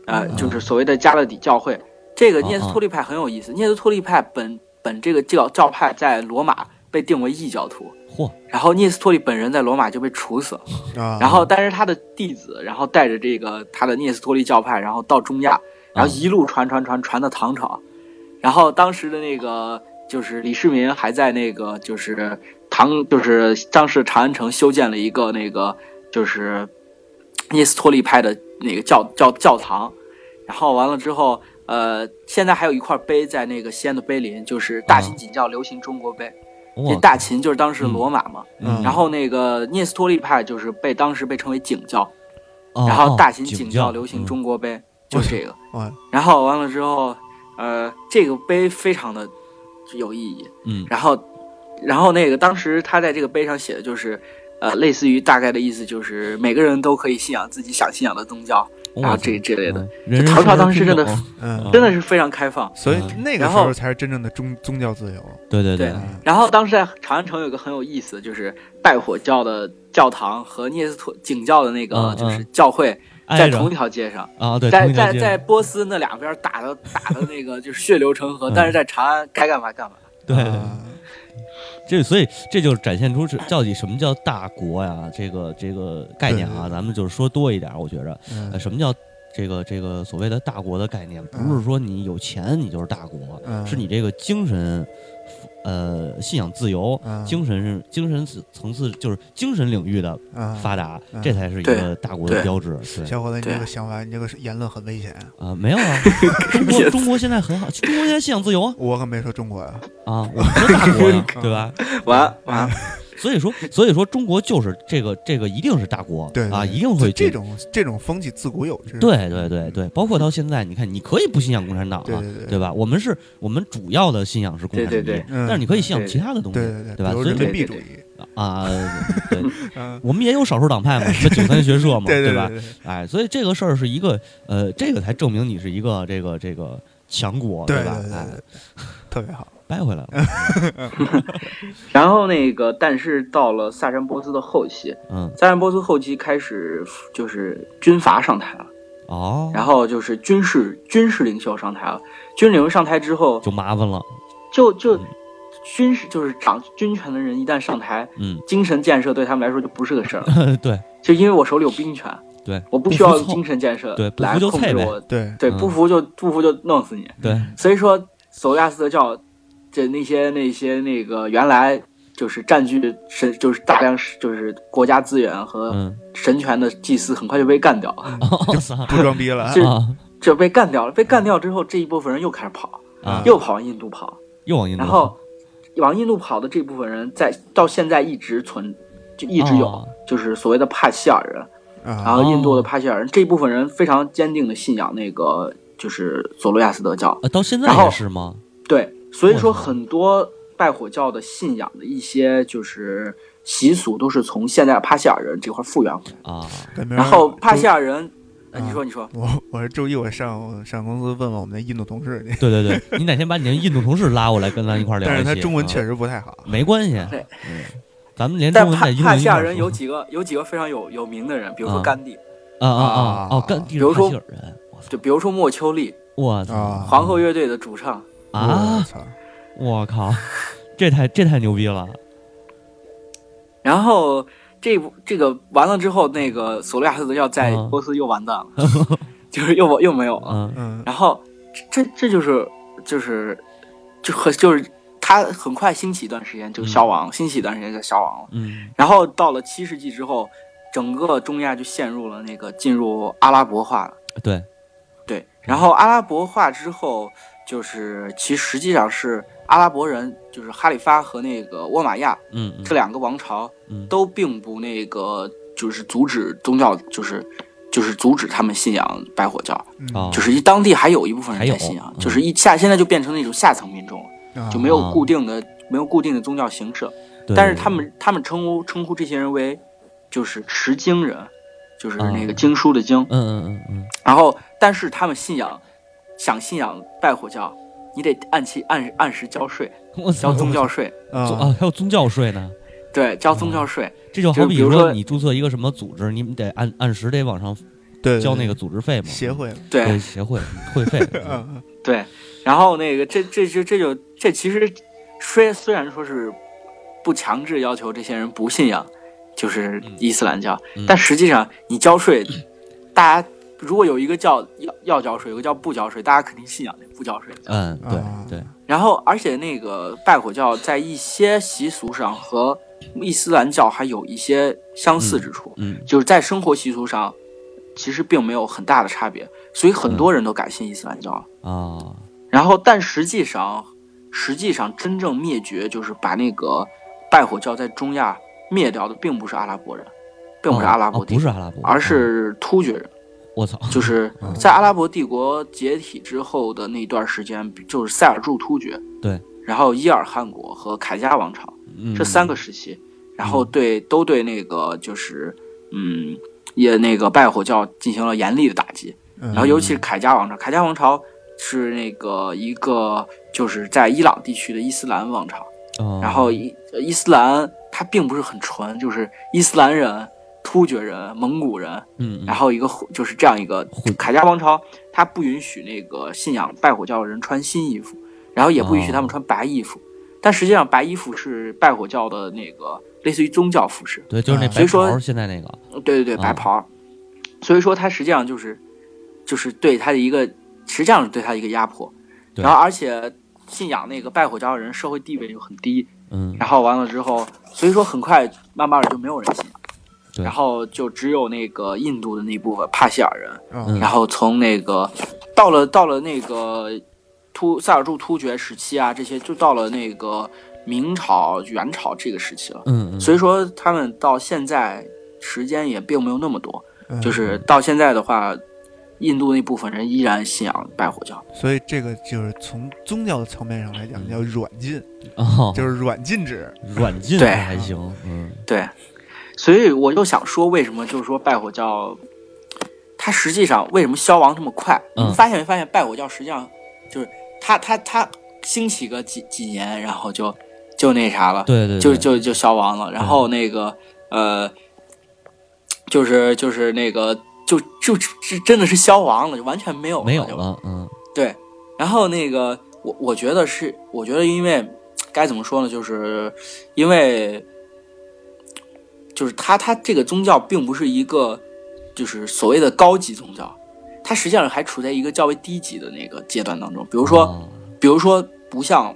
Speaker 3: 呃，
Speaker 2: 啊
Speaker 3: 就是所谓的加勒底教会。这个涅斯托利派很有意思，涅斯托利派本本这个教教派在罗马被定为异教徒，
Speaker 2: 嚯，
Speaker 3: 然后涅斯托利本人在罗马就被处死了。
Speaker 1: 啊，
Speaker 3: 然后但是他的弟子，然后带着这个他的涅斯托利教派，然后到中亚，然后一路传传传传到唐朝，然后当时的那个就是李世民还在那个就是唐就是当时长安城修建了一个那个就是涅斯托利派的那个教教教堂，然后完了之后。呃，现在还有一块碑在那个西安的碑林，就是大秦景教流行中国碑。这
Speaker 2: 我
Speaker 3: 大秦就是当时的罗马嘛，
Speaker 1: 嗯
Speaker 3: 然后那个涅斯托利派就是被当时被称为景教，
Speaker 2: 哦
Speaker 3: 然后
Speaker 2: 哦
Speaker 3: 大秦
Speaker 2: 景
Speaker 3: 景
Speaker 2: 教
Speaker 3: 教流行
Speaker 2: 嗯
Speaker 3: 中国杯，就是这个。
Speaker 1: 哇，
Speaker 3: 然后完了之后，呃，这个杯非常的有意义。
Speaker 2: 嗯
Speaker 3: 然后，然后那个当时他在这个杯上写的就是，呃，类似于大概的意思就是每个人都可以信仰自己想信仰的宗教，然
Speaker 2: 哇
Speaker 3: 后
Speaker 2: 塞
Speaker 3: 这这类的，
Speaker 2: 嗯人哦人
Speaker 3: 唐朝
Speaker 2: 是
Speaker 3: 当时真的
Speaker 2: 听懂
Speaker 1: 嗯，
Speaker 3: 真的是非常开放。
Speaker 1: 所以
Speaker 2: 啊嗯
Speaker 1: 那个
Speaker 3: 然
Speaker 1: 时
Speaker 3: 后
Speaker 1: 候才是真正的宗宗教自由。
Speaker 2: 对对
Speaker 3: 对
Speaker 1: 嗯
Speaker 3: 然后当时在长安城有一个很有意思的，就是拜火教的教堂和涅斯托景教的
Speaker 2: 嗯
Speaker 3: 那个
Speaker 2: 嗯
Speaker 3: 就是教会在
Speaker 2: 挨着
Speaker 3: 同一条街上。
Speaker 2: 啊，对，
Speaker 3: 在
Speaker 2: 同一条
Speaker 3: 在
Speaker 2: 街
Speaker 3: 在波斯那两边打的打的那个就是血流成河，
Speaker 2: 嗯
Speaker 3: 但是在长安该干嘛干嘛。
Speaker 2: 对对，对
Speaker 1: 啊
Speaker 2: 这所以这就是展现出这到底什么叫大国呀？这个这个概念啊，
Speaker 1: 对
Speaker 2: 咱们就是说多一点，我觉着，呃
Speaker 1: 嗯
Speaker 2: 什么叫这个这个所谓的大国的概念，
Speaker 1: 嗯
Speaker 2: 不是说你有钱你就是大国，
Speaker 1: 嗯
Speaker 2: 是你这个精神，呃，信仰自由。
Speaker 1: 嗯
Speaker 2: 精神是精神层次，就是精神领域的
Speaker 1: 嗯
Speaker 2: 发达，
Speaker 1: 嗯
Speaker 2: 这才是一
Speaker 3: 对
Speaker 2: 个大国的
Speaker 3: 对
Speaker 2: 标志。对啊、
Speaker 1: 小伙子，你
Speaker 3: 对
Speaker 1: 这个想法，你这个言论很危险。
Speaker 2: 没有
Speaker 3: [LAUGHS]
Speaker 2: 啊，中国中国现在很好，中国现在信仰自由啊
Speaker 1: 我可没说中国呀， [LAUGHS]
Speaker 2: 啊，我们是大国呀、对吧？
Speaker 3: 完完，
Speaker 2: 所以说，所以说中国就是这个这个一定是大国，
Speaker 1: 对
Speaker 2: 啊，一定会
Speaker 1: 这
Speaker 2: 去
Speaker 1: 这种这种风气自古有之。
Speaker 2: 对对对对，包括到现在，你看，你可以不信仰共产党
Speaker 1: 对
Speaker 2: 啊，
Speaker 1: 对对
Speaker 2: 对吧？我们是我们主要的信仰是共产主义，
Speaker 3: 对对对
Speaker 1: 嗯
Speaker 2: 但是你可以信仰
Speaker 3: 对
Speaker 2: 其他的东西，
Speaker 1: 对对对，
Speaker 2: 对吧
Speaker 1: 比如
Speaker 2: 所以
Speaker 1: 人民币主义，
Speaker 2: 啊，对，
Speaker 1: 嗯，
Speaker 2: 我们也有少数党派嘛，
Speaker 1: [LAUGHS]
Speaker 2: 什么九三学社嘛，
Speaker 1: 对对
Speaker 2: 吧？
Speaker 1: 对，
Speaker 2: 哎，所以这个事儿是一个呃，这个才证明你是一个这个这个强国，
Speaker 1: 对
Speaker 2: 吧？
Speaker 1: 对对
Speaker 2: 哎
Speaker 1: 对，嗯特别好。
Speaker 2: 掰回来了，
Speaker 3: 然后那个，但是到了萨珊波斯的后期，
Speaker 2: 嗯，
Speaker 3: 萨珊波斯后期开始就是军阀上台了，
Speaker 2: 哦，
Speaker 3: 然后就是军事军事领袖上台了。军事领袖上台之后，
Speaker 2: 就麻烦了，
Speaker 3: 就就
Speaker 2: 嗯
Speaker 3: 军事就是掌军权的人一旦上台，
Speaker 1: [LAUGHS]
Speaker 2: 嗯，
Speaker 3: 精神建设对他们来说就不是个事儿
Speaker 2: [LAUGHS]
Speaker 3: 了，
Speaker 2: 对
Speaker 3: 就因为我手里有兵权，
Speaker 2: 对
Speaker 3: 我不需要
Speaker 2: 不服凑
Speaker 3: 精神建设
Speaker 2: 对不服
Speaker 3: 来
Speaker 2: 就
Speaker 3: 控
Speaker 2: 菜
Speaker 3: 制
Speaker 2: 呗
Speaker 3: 我，
Speaker 2: [LAUGHS]
Speaker 1: 对，
Speaker 3: 对，
Speaker 2: 嗯
Speaker 3: 不服就不服就弄死你。
Speaker 2: 对，
Speaker 3: 所以说，索亚斯德教这那些那些那个原来就是占据神就是大量就是国家资源和
Speaker 2: 嗯，
Speaker 3: 神权的祭司，很快就被干掉，了，
Speaker 2: 我操
Speaker 1: 不装逼了啊
Speaker 3: 这
Speaker 2: 啊
Speaker 3: 就被干掉了。被干掉之后，这一部分人又开始跑，
Speaker 2: 啊，
Speaker 3: 又跑往印度跑，
Speaker 2: 又往印度，
Speaker 3: 然后往印度跑的这部分人在到现在一直存，就一直有，
Speaker 2: 哦
Speaker 3: 就是所谓的帕希尔人，然
Speaker 1: 啊
Speaker 3: 后印度的帕希尔人这部分人非常坚定的信仰那个就是索罗亚斯德教，
Speaker 2: 呃到现在
Speaker 3: 然后
Speaker 2: 也是吗？
Speaker 3: 对，所以
Speaker 2: 我
Speaker 3: 说
Speaker 2: 操
Speaker 3: 很多拜火教的信仰的一些就是习俗都是从现在帕希尔人这块复原回来的。
Speaker 2: 啊，
Speaker 1: 改名儿
Speaker 3: 然后帕希尔人，呃，
Speaker 1: 啊
Speaker 3: 你说你
Speaker 2: 嗯
Speaker 3: 说，
Speaker 1: 我我是周一我上上公司问问我们的印度同事去，
Speaker 2: 对对对，你哪天把你的印度同事拉过来跟咱一块儿聊一
Speaker 1: 但
Speaker 2: 期，
Speaker 1: 是他中文确
Speaker 2: 啊
Speaker 1: 实不太好。
Speaker 2: 没关系，
Speaker 3: 对
Speaker 2: 嗯，咱们连
Speaker 3: 但
Speaker 2: 中文
Speaker 3: 帕
Speaker 2: 在印度
Speaker 3: 帕
Speaker 2: 一
Speaker 3: 希
Speaker 2: 块
Speaker 3: 尔
Speaker 2: 儿
Speaker 3: 人
Speaker 2: 说
Speaker 3: 有几个有几个非常有有名的人，比如说
Speaker 2: 啊
Speaker 3: 甘地，
Speaker 2: 啊啊啊哦，甘地
Speaker 3: 比
Speaker 2: 是
Speaker 3: 如
Speaker 2: 帕
Speaker 3: 说
Speaker 2: 希尔人，我操
Speaker 3: 就比如说莫丘利，
Speaker 2: 我操
Speaker 1: 啊
Speaker 3: 皇后乐队的主唱，
Speaker 1: 我
Speaker 2: 啊，
Speaker 1: 操！
Speaker 2: 我靠，这太这太牛逼了，
Speaker 3: 然后这部这个完了之后，那个索罗亚斯德教在
Speaker 2: 嗯
Speaker 3: 波斯又完
Speaker 2: [LAUGHS]
Speaker 3: 蛋了，就是又又没有了。
Speaker 2: 嗯
Speaker 1: 嗯，
Speaker 3: 然后这这这就是就是就很就是他很快兴起一段时间就消亡，兴起一段时间就消亡了。
Speaker 2: 嗯
Speaker 3: 然后到了七世纪之后，整个中亚就陷入了那个进入阿拉伯化了。
Speaker 2: 对，
Speaker 3: 对，然后阿拉伯化之后，就是其实际上是阿拉伯人，就是哈里发和那个沃玛亚
Speaker 2: 嗯嗯
Speaker 3: 这两个王朝
Speaker 2: 嗯
Speaker 3: 都并不那个就是阻止宗教，就是就是阻止他们信仰拜火教。
Speaker 1: 嗯
Speaker 2: 哦
Speaker 3: 就是一当地还有一部分
Speaker 2: 还
Speaker 3: 人
Speaker 2: 有
Speaker 3: 在信仰，
Speaker 2: 嗯哦
Speaker 3: 就是一下现在就变成那种下层民众了，
Speaker 1: 啊
Speaker 3: 就没有固定的没有固定的宗教形式，
Speaker 2: 对
Speaker 3: 但是他们他们称呼称呼这些人为就是持经人，就是那个
Speaker 2: 嗯
Speaker 3: 经书的经，
Speaker 2: 嗯嗯嗯
Speaker 3: 然后但是他们信仰想信仰拜火教，你得按期按按时交税，
Speaker 2: 嗯，我
Speaker 3: 交
Speaker 2: 操 [LAUGHS]
Speaker 3: 宗教税，
Speaker 2: 宗
Speaker 1: 啊
Speaker 2: 啊，还有宗教税呢，
Speaker 3: 对，交宗教税，
Speaker 2: 这就
Speaker 3: 就
Speaker 2: 好
Speaker 3: 是
Speaker 2: 比
Speaker 3: 比如
Speaker 2: 说
Speaker 3: 说
Speaker 2: 你注册一个什么组织，你们得按按时得往上
Speaker 1: 对
Speaker 2: 交那
Speaker 1: 个
Speaker 2: 个组织费嘛，
Speaker 1: 协会，
Speaker 2: 对
Speaker 3: 对
Speaker 2: 协会会
Speaker 1: [LAUGHS]
Speaker 2: 费，嗯
Speaker 1: 嗯
Speaker 3: 对，然后那个这这这这就这其实虽虽然说是不强制要求这些人不信仰，就是伊斯兰教，
Speaker 2: 嗯
Speaker 3: 但实际上你交税，大家如果有一个叫要要交税，有一个叫不交税，大家肯定信仰那不交税。
Speaker 2: 嗯
Speaker 1: 啊
Speaker 2: 对对
Speaker 3: 然后，而且那个拜火教在一些习俗上和伊斯兰教还有一些相似之处，
Speaker 2: 嗯
Speaker 3: 就是在生活习俗上其实并没有很大的差别，所以
Speaker 2: 嗯
Speaker 3: 很多人都改信伊斯兰教了。
Speaker 2: 啊
Speaker 3: 然后，但实际上，实际上真正灭绝就是把那个拜火教在中亚灭掉的，并不是阿拉伯人，并不是阿拉伯
Speaker 2: 哦
Speaker 3: 帝
Speaker 2: 不
Speaker 3: 国，
Speaker 2: 是嗯阿拉伯，
Speaker 3: 而是突厥人。
Speaker 2: 我操，
Speaker 3: 就是
Speaker 2: 嗯
Speaker 3: 在阿拉伯帝国解体之后的那段时间，就是塞尔柱突厥，
Speaker 2: 对，
Speaker 3: 然后伊尔汗国和凯加王朝
Speaker 2: 嗯
Speaker 3: 这三个时期，然后对都对那个就是嗯。也那个拜火教进行了严厉的打击，
Speaker 1: 嗯，
Speaker 3: 然后尤其是凯加王朝，凯加王朝是那个一个就是在伊朗地区的伊斯兰王朝，
Speaker 2: 哦
Speaker 3: 然后伊呃伊斯兰它并不是很纯，就是伊斯兰人、突厥人、蒙古人，
Speaker 2: 嗯
Speaker 3: 然后一个混就是这样一个
Speaker 2: 混
Speaker 3: 凯加王朝，它不允许那个信仰拜火教的人穿新衣服，然后也不允许他
Speaker 2: 哦
Speaker 3: 们穿白衣服，但实际上白衣服是拜火教的那个类似于宗教服饰，
Speaker 2: 对就是那
Speaker 1: 啊
Speaker 2: 白
Speaker 3: 嗯所以说
Speaker 2: 袍现在那个
Speaker 3: 对对对，
Speaker 2: 啊
Speaker 3: 白袍儿。所以说，他实际上就是就是对他的一个，实际上是对他的一个压迫。
Speaker 2: 对
Speaker 3: 然后，而且信仰那个拜火教的人社会地位又很低，
Speaker 2: 嗯
Speaker 3: 然后完了之后，所以说很快慢慢的就没有人信仰。
Speaker 2: 对
Speaker 3: 然后就只有那个印度的那部分帕希尔人，
Speaker 1: 嗯
Speaker 3: 然后从那个到了到了那个突塞尔柱突厥时期啊，这些就到了那个明朝、元朝这个时期了，
Speaker 2: 嗯嗯，
Speaker 3: 所以说他们到现在时间也并没有那么多，
Speaker 1: 嗯
Speaker 3: 就是到现在的话，印度那部分人依然信仰拜火教，
Speaker 1: 所以这个就是从宗教的层面上来讲
Speaker 2: 嗯
Speaker 1: 叫软禁，
Speaker 2: 哦，
Speaker 1: 就是软禁止。
Speaker 2: 软禁
Speaker 3: 对
Speaker 2: 还行，嗯
Speaker 3: 对，所以我就想说，为什么就是说拜火教，它实际上为什么消亡这么快？
Speaker 2: 嗯
Speaker 3: 你们发现没发现，拜火教实际上就是它它它兴起个几几年，然后就就那啥了，
Speaker 2: 对对，嗯
Speaker 3: 就
Speaker 2: 对
Speaker 3: 就就消亡了。然后那个呃，就是就是那个就就就真的是消亡了，就完全没有
Speaker 2: 没有
Speaker 3: 就
Speaker 2: 了，嗯
Speaker 3: 对，然后那个我我觉得是，我觉得因为该怎么说呢，就是因为就是他他这个宗教并不是一个就是所谓的高级宗教，它实际上还处在一个较为低级的那个阶段当中。比如说，
Speaker 2: 哦
Speaker 3: 比如说不像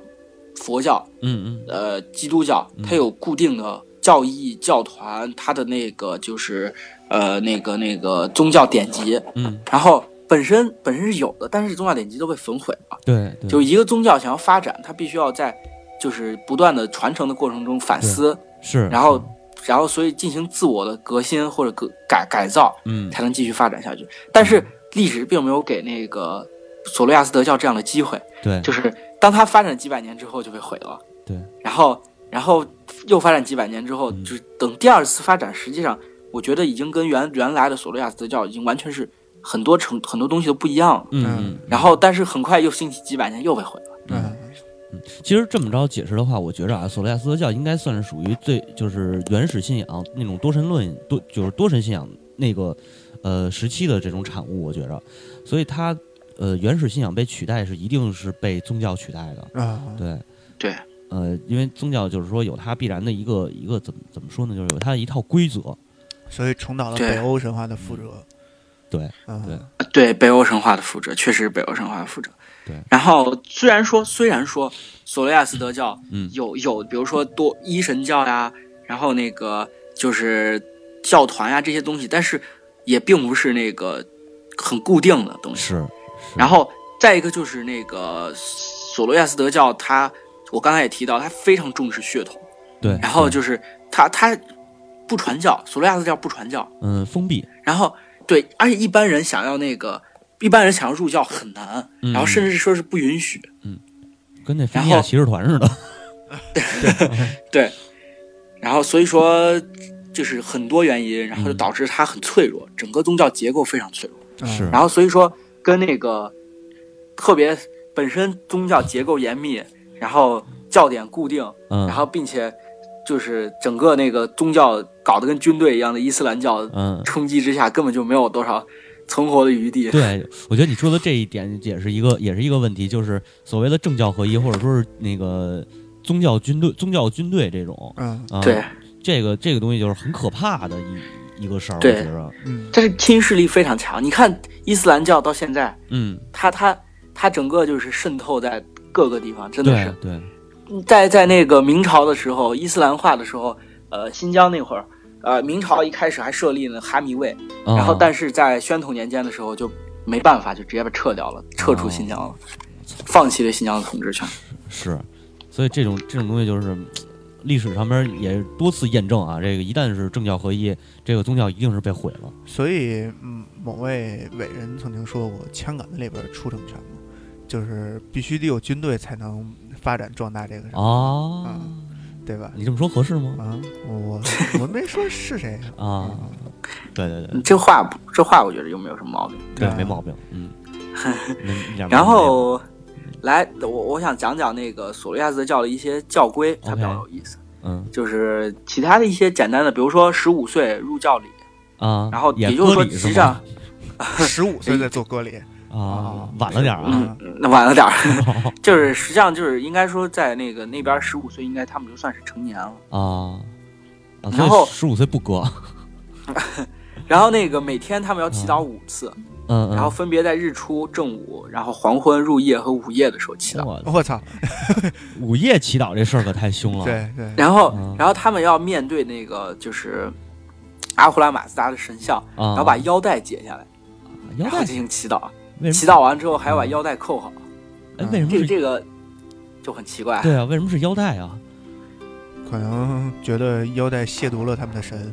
Speaker 3: 佛教、
Speaker 2: 嗯嗯
Speaker 3: 呃基督教，它
Speaker 2: 嗯
Speaker 3: 有固定的教义、教团，它的那个就是呃那个那个宗教典籍，
Speaker 2: 嗯，
Speaker 3: 然后本身本身是有的，但是宗教典籍都被焚毁了。
Speaker 2: 对对，
Speaker 3: 就一个宗教想要发展，它必须要在就是不断的传承的过程中反思，
Speaker 2: 是，
Speaker 3: 然后然后所以进行自我的革新或者革改改造，
Speaker 2: 嗯
Speaker 3: 才能继续发展下去。但是历史并没有给那个索罗亚斯德教这样的机会，
Speaker 2: 对，
Speaker 3: 就是当它发展几百年之后就被毁了。
Speaker 2: 对，嗯
Speaker 3: 然后然后又发展几百年之后，就是等第二次发展，实际上我觉得已经跟原原来的索罗亚斯德教已经完全是很多成很多东西都不一样了。
Speaker 2: 嗯
Speaker 1: 嗯
Speaker 2: 嗯，
Speaker 3: 然后，但是很快又兴起几百年，又被毁了。
Speaker 1: 嗯，
Speaker 2: 其实这么着解释的话，我觉着啊，索罗亚斯德教应该算是属于最就是原始信仰那种多神论多就是多神信仰那个呃时期的这种产物，我觉着，所以它呃原始信仰被取代是一定是被宗教取代的，
Speaker 1: 啊，
Speaker 2: 对
Speaker 3: 对，
Speaker 2: 呃，因为宗教就是说有它必然的一个一个怎么怎么说呢，就是有它的一套规则，
Speaker 1: 所以重蹈了
Speaker 3: 对
Speaker 1: 北欧神话的覆辙。
Speaker 2: 对
Speaker 1: 嗯，
Speaker 2: 对
Speaker 3: 对北欧神话的覆辙，确实是北欧神话的覆辙。
Speaker 2: 对
Speaker 3: 然后虽然说，虽然说索罗亚斯德教
Speaker 2: 嗯
Speaker 3: 有有，比如说多一神教呀，然后那个就是教团呀这些东西，但是也并不是那个很固定的东西。
Speaker 2: 是，是
Speaker 3: 然后再一个就是那个索罗亚斯德教它，我刚才也提到，它非常重视血统，
Speaker 2: 对，
Speaker 3: 然后
Speaker 2: 对
Speaker 3: 就是它它不传教，索罗亚斯教不传教，
Speaker 2: 嗯封闭，
Speaker 3: 然后对，而且一般人想要那个，一般人想要入教很难，
Speaker 2: 嗯
Speaker 3: 然后甚至说是不允许。
Speaker 2: 跟那
Speaker 3: 然
Speaker 2: 菲尼亚
Speaker 3: 后
Speaker 2: 骑士团似的，
Speaker 3: 然后所以说，就是很多原因，然后就
Speaker 2: 嗯
Speaker 3: 导致它很脆弱，整个宗教结构非常脆
Speaker 1: 嗯
Speaker 3: 弱。
Speaker 2: 是
Speaker 3: 然后所以说，跟那个特别本身宗教结构严密，然后教点固定，
Speaker 2: 嗯，
Speaker 3: 然后并且就是整个那个宗教搞得跟军队一样的伊斯兰教
Speaker 2: 嗯。
Speaker 3: 冲击之下，根本就没有多少存活的余地。
Speaker 2: 对，我觉得你说的这一点也是一个，也是一个问题，就是所谓的政教合一，或者说是那个宗教军队、宗教军队这种，
Speaker 1: 嗯
Speaker 2: 啊、
Speaker 3: 对，
Speaker 2: 这个这个东西就是很可怕的一一个事儿，我
Speaker 3: 对
Speaker 2: 觉着，
Speaker 1: 嗯，
Speaker 3: 但是亲势力非常强。你看伊斯兰教到现在，
Speaker 2: 嗯，
Speaker 3: 它它它整个就是渗透在各个地方，真的
Speaker 2: 对
Speaker 3: 是
Speaker 2: 对，
Speaker 3: 在在那个明朝的时候，伊斯兰化的时候，呃，新疆那会儿，呃，明朝一开始还设立了哈密卫，
Speaker 2: 啊
Speaker 3: 然后但是在宣统年间的时候就没办法，就直接被撤掉了，撤出新疆了，放弃了新疆的统治权。
Speaker 2: 啊是，所以这种这种东西就是历史上边也多次验证啊，这个一旦是政教合一，这个宗教一定是被毁了，
Speaker 1: 所以嗯，某位伟人曾经说过，枪杆子里边出政权嘛，就是必须得有军队才能发展壮大这个事儿，
Speaker 2: 啊。
Speaker 1: 嗯对吧？
Speaker 2: 你这么说合适吗？，
Speaker 1: 啊，我 [LAUGHS] 我没说是谁啊
Speaker 2: 啊，对对对，
Speaker 3: 这话不这话我觉得又没有什么毛病。
Speaker 2: 对，
Speaker 1: 啊
Speaker 2: 没毛病， [LAUGHS] 嗯，没一点毛病
Speaker 3: 然后来，我我想讲讲那个索罗亚斯德教的一些教规，它比较
Speaker 2: OK
Speaker 3: 有意思。
Speaker 2: 嗯
Speaker 3: 就是其他的一些简单的，比如说十五岁入教礼，
Speaker 2: 啊，
Speaker 3: 然后
Speaker 2: 也
Speaker 3: 也就是
Speaker 2: 割
Speaker 3: 说，
Speaker 2: 礼
Speaker 3: 实
Speaker 2: 是
Speaker 3: 际
Speaker 2: 吗
Speaker 3: 上
Speaker 1: [LAUGHS] 十五岁在做割礼，
Speaker 2: 啊
Speaker 1: 啊，
Speaker 2: 晚了点儿啊，
Speaker 1: 嗯
Speaker 3: 嗯那晚了点儿， [LAUGHS] 就是实际上就是应该说在那个那边十五岁，应该他们就算是成年了。
Speaker 2: 啊，啊
Speaker 3: 然后
Speaker 2: 十五岁不割，
Speaker 3: 然后那个每天他们要祈祷五次，
Speaker 2: 嗯，嗯
Speaker 3: 然后分别在日出、正午、然后黄昏、入夜和午夜的时候祈祷。
Speaker 2: 我
Speaker 1: 我
Speaker 2: [LAUGHS]
Speaker 1: 操，
Speaker 2: 午夜祈祷这事儿可太凶了，，
Speaker 1: 对对，
Speaker 3: 然
Speaker 2: 嗯
Speaker 3: 后，然后他们要面对那个就是阿胡拉马斯达的神像，
Speaker 2: 啊，
Speaker 3: 然后把腰带解下来，
Speaker 2: 腰
Speaker 3: 然后
Speaker 2: 带嗯
Speaker 3: 进行祈祷。
Speaker 2: 为
Speaker 3: 祈
Speaker 2: 什
Speaker 3: 祷完之后还
Speaker 2: 嗯
Speaker 3: 要把腰带扣好，
Speaker 2: 么？哎，为什么
Speaker 3: 这个
Speaker 2: 是？
Speaker 3: 这个就很奇怪。
Speaker 2: 对啊，为什么是腰带啊？
Speaker 1: 可能觉得腰带亵渎了他们的神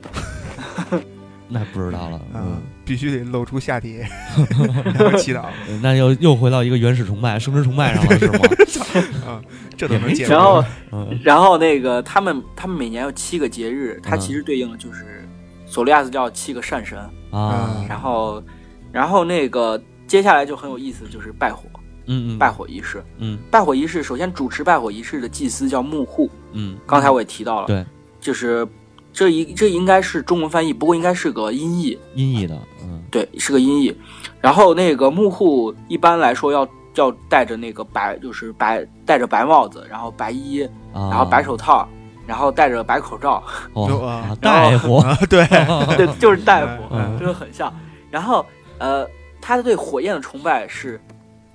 Speaker 2: 那不知道了，
Speaker 3: 嗯
Speaker 1: 啊，必须得露出
Speaker 2: [LAUGHS]
Speaker 1: 下体然后祈祷
Speaker 2: 嗯，那又又回到一个原始崇拜、生殖崇拜上
Speaker 3: [LAUGHS]
Speaker 2: 了，是吗？
Speaker 1: 啊，这都能解
Speaker 3: 然后
Speaker 1: 决。
Speaker 2: 嗯
Speaker 3: 然后那个他们他们每年有七个节日，它
Speaker 2: 嗯
Speaker 3: 其实对应的就是索利亚斯教七个善神。
Speaker 2: 啊，
Speaker 3: 然后，然后那个接下来就很有意思，就是拜火
Speaker 2: 嗯嗯，
Speaker 3: 拜火仪式。
Speaker 2: 嗯
Speaker 3: 拜火仪式首先主持拜火仪式的祭司叫木户，
Speaker 2: 嗯，
Speaker 3: 刚才我也提到了，
Speaker 2: 对，
Speaker 3: 就是这一这应该是中文翻译，不过应该是个音译，
Speaker 2: 音译的，嗯
Speaker 3: 对，是个音译。然后那个木户一般来说要要戴着那个白，就是白戴着白帽子，然后白衣，
Speaker 2: 啊，
Speaker 3: 然后白手呃套，然后戴着白口罩，
Speaker 1: 有
Speaker 2: 哇
Speaker 1: 啊
Speaker 2: 啊，大夫，
Speaker 1: [LAUGHS] 啊，对，
Speaker 3: [LAUGHS] 对，就是大夫，
Speaker 2: 嗯
Speaker 3: 真的很像。然后呃，他对火焰的崇拜是，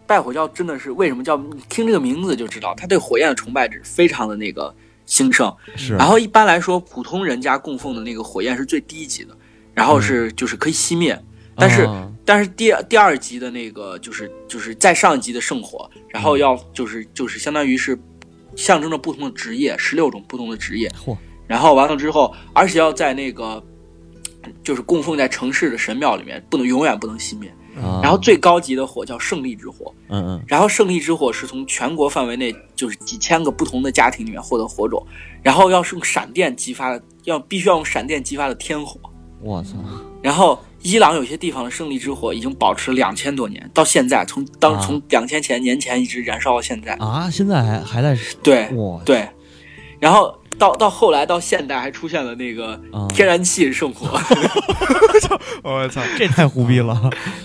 Speaker 3: 拜火教真的是为什么叫听这个名字就知道，他对火焰的崇拜是非常的那个兴盛。
Speaker 2: 是
Speaker 3: 嗯然后一般来说，普通人家供奉的那个火焰是最低级的，然后是就是可以熄灭。但是
Speaker 2: 啊
Speaker 3: 但是第第二级的那个就是就是再上一级的圣火，然后要就是就是相当于是象征着不同的职业，十六种不同的职业，
Speaker 2: 嚯，
Speaker 3: 然后完了之后，而且要在那个就是供奉在城市的神庙里面，不能永远不能熄灭。
Speaker 2: [LAUGHS] 啊
Speaker 3: 然后最高级的火叫胜利之火，
Speaker 2: 嗯嗯
Speaker 3: 然后胜利之火是从全国范围内就是几千个不同的家庭里面获得火种，然后要是用闪电激发的，要必须要用闪电激发的天火。
Speaker 2: 我操，
Speaker 3: 然后伊朗有些地方的胜利之火已经保持了两千多年，到现在从当
Speaker 2: 啊
Speaker 3: 从两千前年前一直燃烧到现在。
Speaker 2: 啊，现在还还在
Speaker 3: 对
Speaker 2: 哇，
Speaker 3: 对，然后到到后来到现代还出现了那个
Speaker 2: 啊
Speaker 3: 天然气圣火，
Speaker 1: [LAUGHS]
Speaker 3: [LAUGHS]
Speaker 1: 我操，
Speaker 2: 这太胡逼了，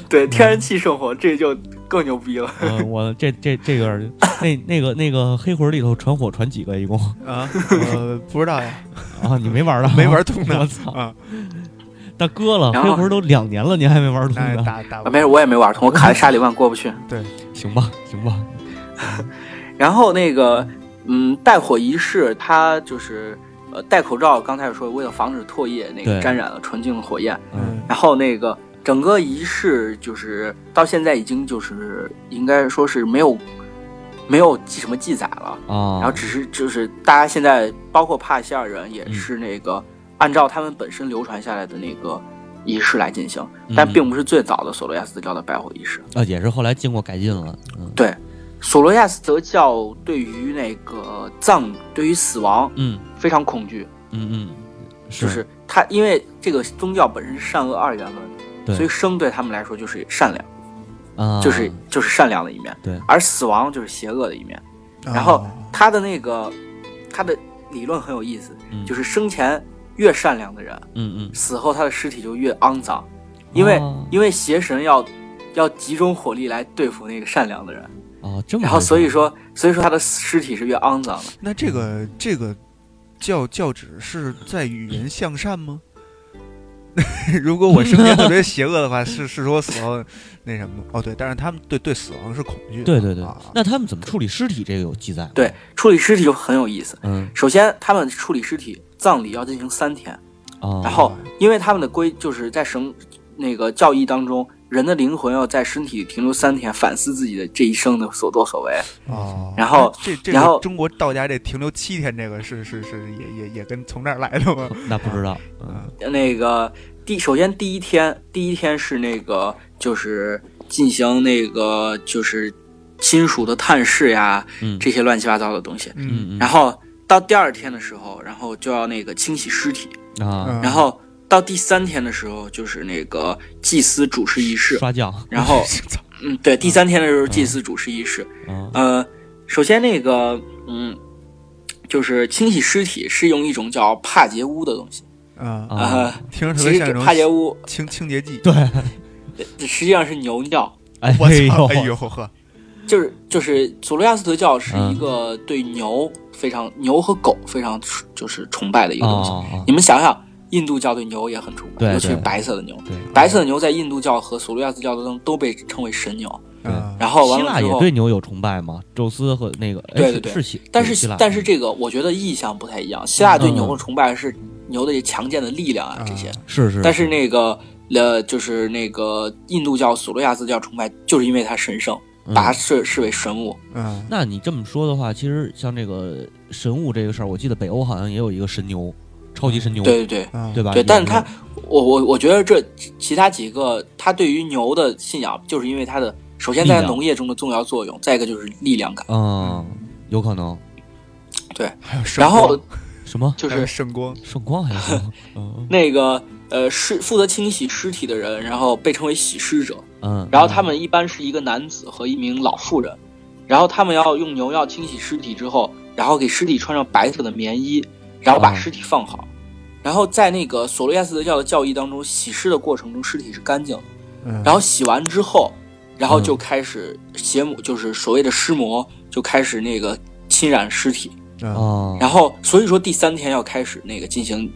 Speaker 3: 对，天然气圣火这就更牛逼了。
Speaker 2: 嗯，我这这这个那那个那个黑魂里头传火传几个一共
Speaker 1: 啊，我不知道呀，
Speaker 2: 啊？你没玩到？
Speaker 1: 没玩通
Speaker 2: 我
Speaker 1: 呢
Speaker 2: 操，
Speaker 1: 啊，
Speaker 2: 大哥了，
Speaker 3: 然
Speaker 2: 黑
Speaker 3: 后
Speaker 2: 魂都两年了，您还没玩通 [LAUGHS]
Speaker 1: 那
Speaker 2: 呢？
Speaker 1: 打打
Speaker 3: 啊，没事，我也没玩通，我卡在沙里万过不去。
Speaker 2: 行吧，行吧，
Speaker 3: 然后那个，嗯，带火仪式，它就是呃戴口罩，刚才也说为了防止唾液那
Speaker 2: 对
Speaker 3: 个沾染了纯净的火焰。
Speaker 2: 嗯
Speaker 1: 嗯
Speaker 3: 然后那个整个仪式就是到现在已经就是应该说是没有没有记什么记载了，
Speaker 2: 啊，
Speaker 3: 然后只是就是大家现在包括帕西尔人
Speaker 2: 嗯
Speaker 3: 也是那个按照他们本身流传下来的那个仪式来进行，但
Speaker 2: 嗯
Speaker 3: 并不是最早的索罗亚斯德教的拜火仪式。
Speaker 2: 啊也是后来经过改进了，嗯
Speaker 3: 对，索罗亚斯德教对于那个葬对于死亡
Speaker 2: 嗯
Speaker 3: 非常恐惧，
Speaker 2: 嗯嗯，
Speaker 3: 就是他因为这个宗教本身是善恶二元
Speaker 2: 对
Speaker 3: 论，所以生对他们来说就是善良。
Speaker 2: 啊，
Speaker 3: 就是就是善良的一面，
Speaker 2: 对
Speaker 3: 而死亡就是邪恶的一面。然后
Speaker 1: 哦
Speaker 3: 他的那个他的理论很有意思，
Speaker 2: 嗯
Speaker 3: 就是生前越善良的人，
Speaker 2: 嗯嗯，
Speaker 3: 死后他的尸体就越肮脏，因为、
Speaker 2: 哦
Speaker 3: 因为邪神要要集中火力来对付那个善良的人，
Speaker 2: 哦，这么
Speaker 3: 然后
Speaker 2: 回事
Speaker 3: 所以说所以说他的尸体是越肮脏的，
Speaker 1: 那这个
Speaker 3: 嗯
Speaker 1: 这个教教旨是在与人向善吗？ [LAUGHS] 如果我生前特别邪恶的话，是是说死亡那什么？哦，对，但是他们对对死亡是恐惧的。
Speaker 2: 对对对
Speaker 1: 啊，
Speaker 2: 那他们怎么处理尸体？这个有记载吗？
Speaker 3: 对，处理尸体就很有意思。
Speaker 2: 嗯
Speaker 3: 首先，他们处理尸体葬礼要进行三天，
Speaker 2: 啊，
Speaker 3: 然后，因为他们的规就是在神那个教义当中，人的灵魂要在身体里停留三天，反思自己的这一生的所作所为。
Speaker 1: 哦，
Speaker 3: 然后
Speaker 1: 这这
Speaker 3: 然
Speaker 1: 个
Speaker 3: 后
Speaker 1: 中国道家这停留七天，这个是是是也也也跟从那儿来的吗？
Speaker 2: 那不知道，
Speaker 3: 啊
Speaker 2: 嗯
Speaker 3: 那个第首先第一天，第一天是那个就是进行那个就是金属的探视呀，
Speaker 2: 嗯
Speaker 3: 这些啊乱七八糟的东西。
Speaker 1: 嗯
Speaker 2: 嗯嗯
Speaker 3: 然后到第二天的时候，然后就要那个清洗尸体，
Speaker 2: 啊，
Speaker 1: 嗯 [LAUGHS]
Speaker 3: 然后到第三天的时候就是那个祭司主持仪式，
Speaker 2: 刷酱
Speaker 3: 然后
Speaker 1: 操
Speaker 3: 嗯对，第三天的时候祭司主持仪式。
Speaker 2: 啊
Speaker 3: 呃，首先那个，嗯，就是清洗尸体是用一种叫帕杰乌的东西，
Speaker 1: 啊，
Speaker 2: 啊
Speaker 3: 呃，
Speaker 1: 听着特
Speaker 3: 其
Speaker 1: 别
Speaker 3: 实
Speaker 1: 像那
Speaker 3: 这
Speaker 1: 种
Speaker 3: 帕杰乌
Speaker 1: 清清洁剂。
Speaker 2: [LAUGHS]
Speaker 3: [LAUGHS]
Speaker 2: 对，
Speaker 3: 实际上是牛尿，
Speaker 2: 哎
Speaker 1: 我操，哎
Speaker 2: 呦
Speaker 1: 呦呵，
Speaker 3: 就是就是索罗亚斯德教是
Speaker 2: 嗯
Speaker 3: 一个对牛非常、牛和狗非常就是崇拜的一个东西。
Speaker 2: 哦，
Speaker 3: 你们想想，印度教对牛也很崇
Speaker 2: 对
Speaker 3: 拜，尤其是
Speaker 2: 对
Speaker 3: 白色的牛。
Speaker 2: 对，
Speaker 3: 白色的牛在印度教和索罗亚斯教当中都被称为神牛，
Speaker 2: 对
Speaker 1: 啊
Speaker 3: 然后完
Speaker 2: 希
Speaker 3: 了
Speaker 2: 腊
Speaker 3: 之
Speaker 2: 也
Speaker 3: 后，
Speaker 2: 对牛有崇拜吗？宙斯和那个，哎
Speaker 3: 对
Speaker 2: 是
Speaker 3: 对对
Speaker 2: 是希，
Speaker 3: 但
Speaker 2: 对希
Speaker 3: 是
Speaker 2: 腊
Speaker 3: 但是这个我觉得意向不太一样。希腊对
Speaker 2: 嗯
Speaker 3: 牛的崇拜是牛的强健的力量啊这些，
Speaker 2: 是是，
Speaker 3: 但是那个呃，就是那个印度教索罗亚斯教崇拜，就是因为它神圣，
Speaker 2: 嗯
Speaker 3: 把它视视为神物。
Speaker 1: 嗯，
Speaker 2: 那你这么说的话，其实像这个神物这个事儿，我记得北欧好像也有一个神牛，超级神牛，
Speaker 3: 对对对
Speaker 1: 啊
Speaker 2: 对吧？
Speaker 3: 对，
Speaker 2: 有
Speaker 3: 但是它
Speaker 2: 没有，
Speaker 3: 我我我觉得这其他几个，它对于牛的信仰，就是因为它的首先
Speaker 2: 力
Speaker 3: 在
Speaker 2: 量
Speaker 3: 农业中的重要作用，再一个就是力量感，
Speaker 2: 嗯，有可能
Speaker 1: 还有圣
Speaker 3: 然后
Speaker 1: 光
Speaker 2: 什么
Speaker 3: 就
Speaker 1: 还有
Speaker 3: 是
Speaker 1: 圣光，
Speaker 2: 圣光还行，嗯
Speaker 3: 那个呃尸负责清洗尸体的人，然后被称为洗尸者，
Speaker 2: 嗯，
Speaker 3: 然后他们一般是一个男子和一名老妇人，然后他们要用牛药清洗尸体之后，然后给尸体穿上白色的棉衣，然后把
Speaker 2: 哦
Speaker 3: 尸体放好。然后在那个索罗亚斯德教的教义当中，洗尸的过程中，尸体是干净的。
Speaker 1: 嗯，
Speaker 3: 然后洗完之后，然后
Speaker 2: 嗯
Speaker 3: 就开始邪魔，就是所谓的尸魔，就开始那个侵染尸体。
Speaker 1: 嗯
Speaker 2: 啊，
Speaker 3: 然后所以说第三天要开始那个进行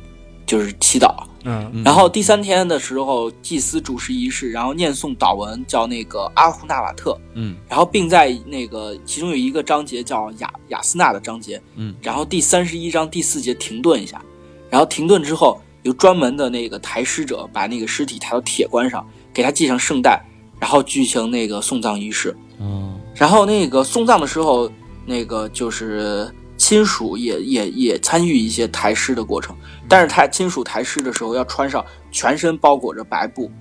Speaker 3: 就是祈祷。
Speaker 1: 嗯
Speaker 2: 嗯
Speaker 3: 然后第三天的时候，祭司主持仪式，然后念诵祷文，叫那个阿胡纳瓦特，
Speaker 2: 嗯
Speaker 3: 然后并在那个其中有一个章节叫雅雅斯纳的章节，
Speaker 2: 嗯，
Speaker 3: 然后第三十一章第四节停顿一下，然后停顿之后，有专门的那个抬尸者把那个尸体抬到铁棺上，给他系上圣带，然后举行那个送葬仪式。
Speaker 2: 嗯
Speaker 3: 然后那个送葬的时候，那个就是亲属也也也参与一些抬尸的过程，但是他亲属抬尸的时候要穿上全身包裹着白布，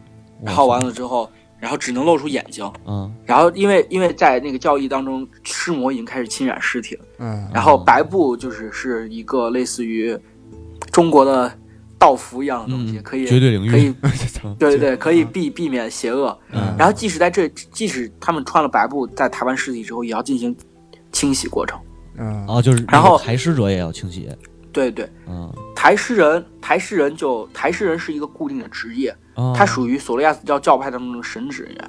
Speaker 3: 然后完了之后，然后只能露出眼睛，
Speaker 2: 嗯
Speaker 3: 然后因为因为在那个教义当中，尸魔已经开始侵染尸体了，
Speaker 1: 嗯，
Speaker 3: 然后白布就是是一个类似于中国的道服一样的东西，
Speaker 2: 嗯
Speaker 3: 可以
Speaker 2: 绝对啊领域
Speaker 3: 可以对对对，
Speaker 1: 嗯
Speaker 3: 可以避避免邪恶。
Speaker 2: 嗯
Speaker 3: 然后即使在这，即使他们穿了白布在抬完尸体之后，也要进行清洗过程。
Speaker 1: 嗯
Speaker 2: 啊，就是
Speaker 3: 然后
Speaker 2: 抬尸者也要清洗，
Speaker 3: 对对，
Speaker 2: 嗯
Speaker 3: 抬尸人，抬尸人就抬尸人是一个固定的职业，
Speaker 2: 啊，
Speaker 3: 他属于索罗亚斯教教派当中的神职人员。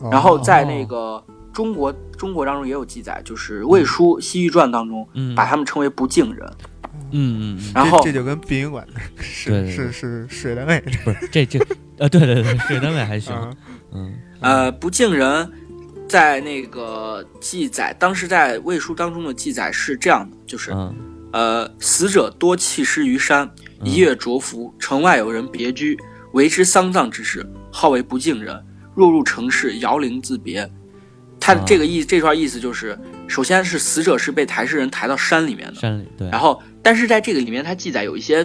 Speaker 1: 哦
Speaker 3: 然后在那个中国中国当中也有记载，就是《魏书·西域传》当中
Speaker 2: 嗯
Speaker 3: 把他们称为不敬人。
Speaker 2: 嗯嗯嗯，
Speaker 3: 然
Speaker 1: 这
Speaker 3: 后
Speaker 1: 这就跟殡仪馆
Speaker 2: 对
Speaker 1: 是
Speaker 2: 对
Speaker 1: 是是是单位
Speaker 2: 不是这这呃，对对对，事业单位还行，
Speaker 1: 啊，
Speaker 2: 嗯
Speaker 3: 呃，不敬人在那个记载，当时在《魏书》当中的记载是这样的，就是
Speaker 2: 嗯
Speaker 3: 呃，死者多弃尸于山，
Speaker 2: 嗯
Speaker 3: 一夜着服，城外有人别居，为之丧葬之事，号为不敬人。若入城市，摇铃自别。他嗯
Speaker 2: 啊
Speaker 3: 这个意这段意思就是，首先是死者是被抬尸人抬到山里面的，
Speaker 2: 嗯山里对，
Speaker 3: 然后，但是在这个里面，它记载有一些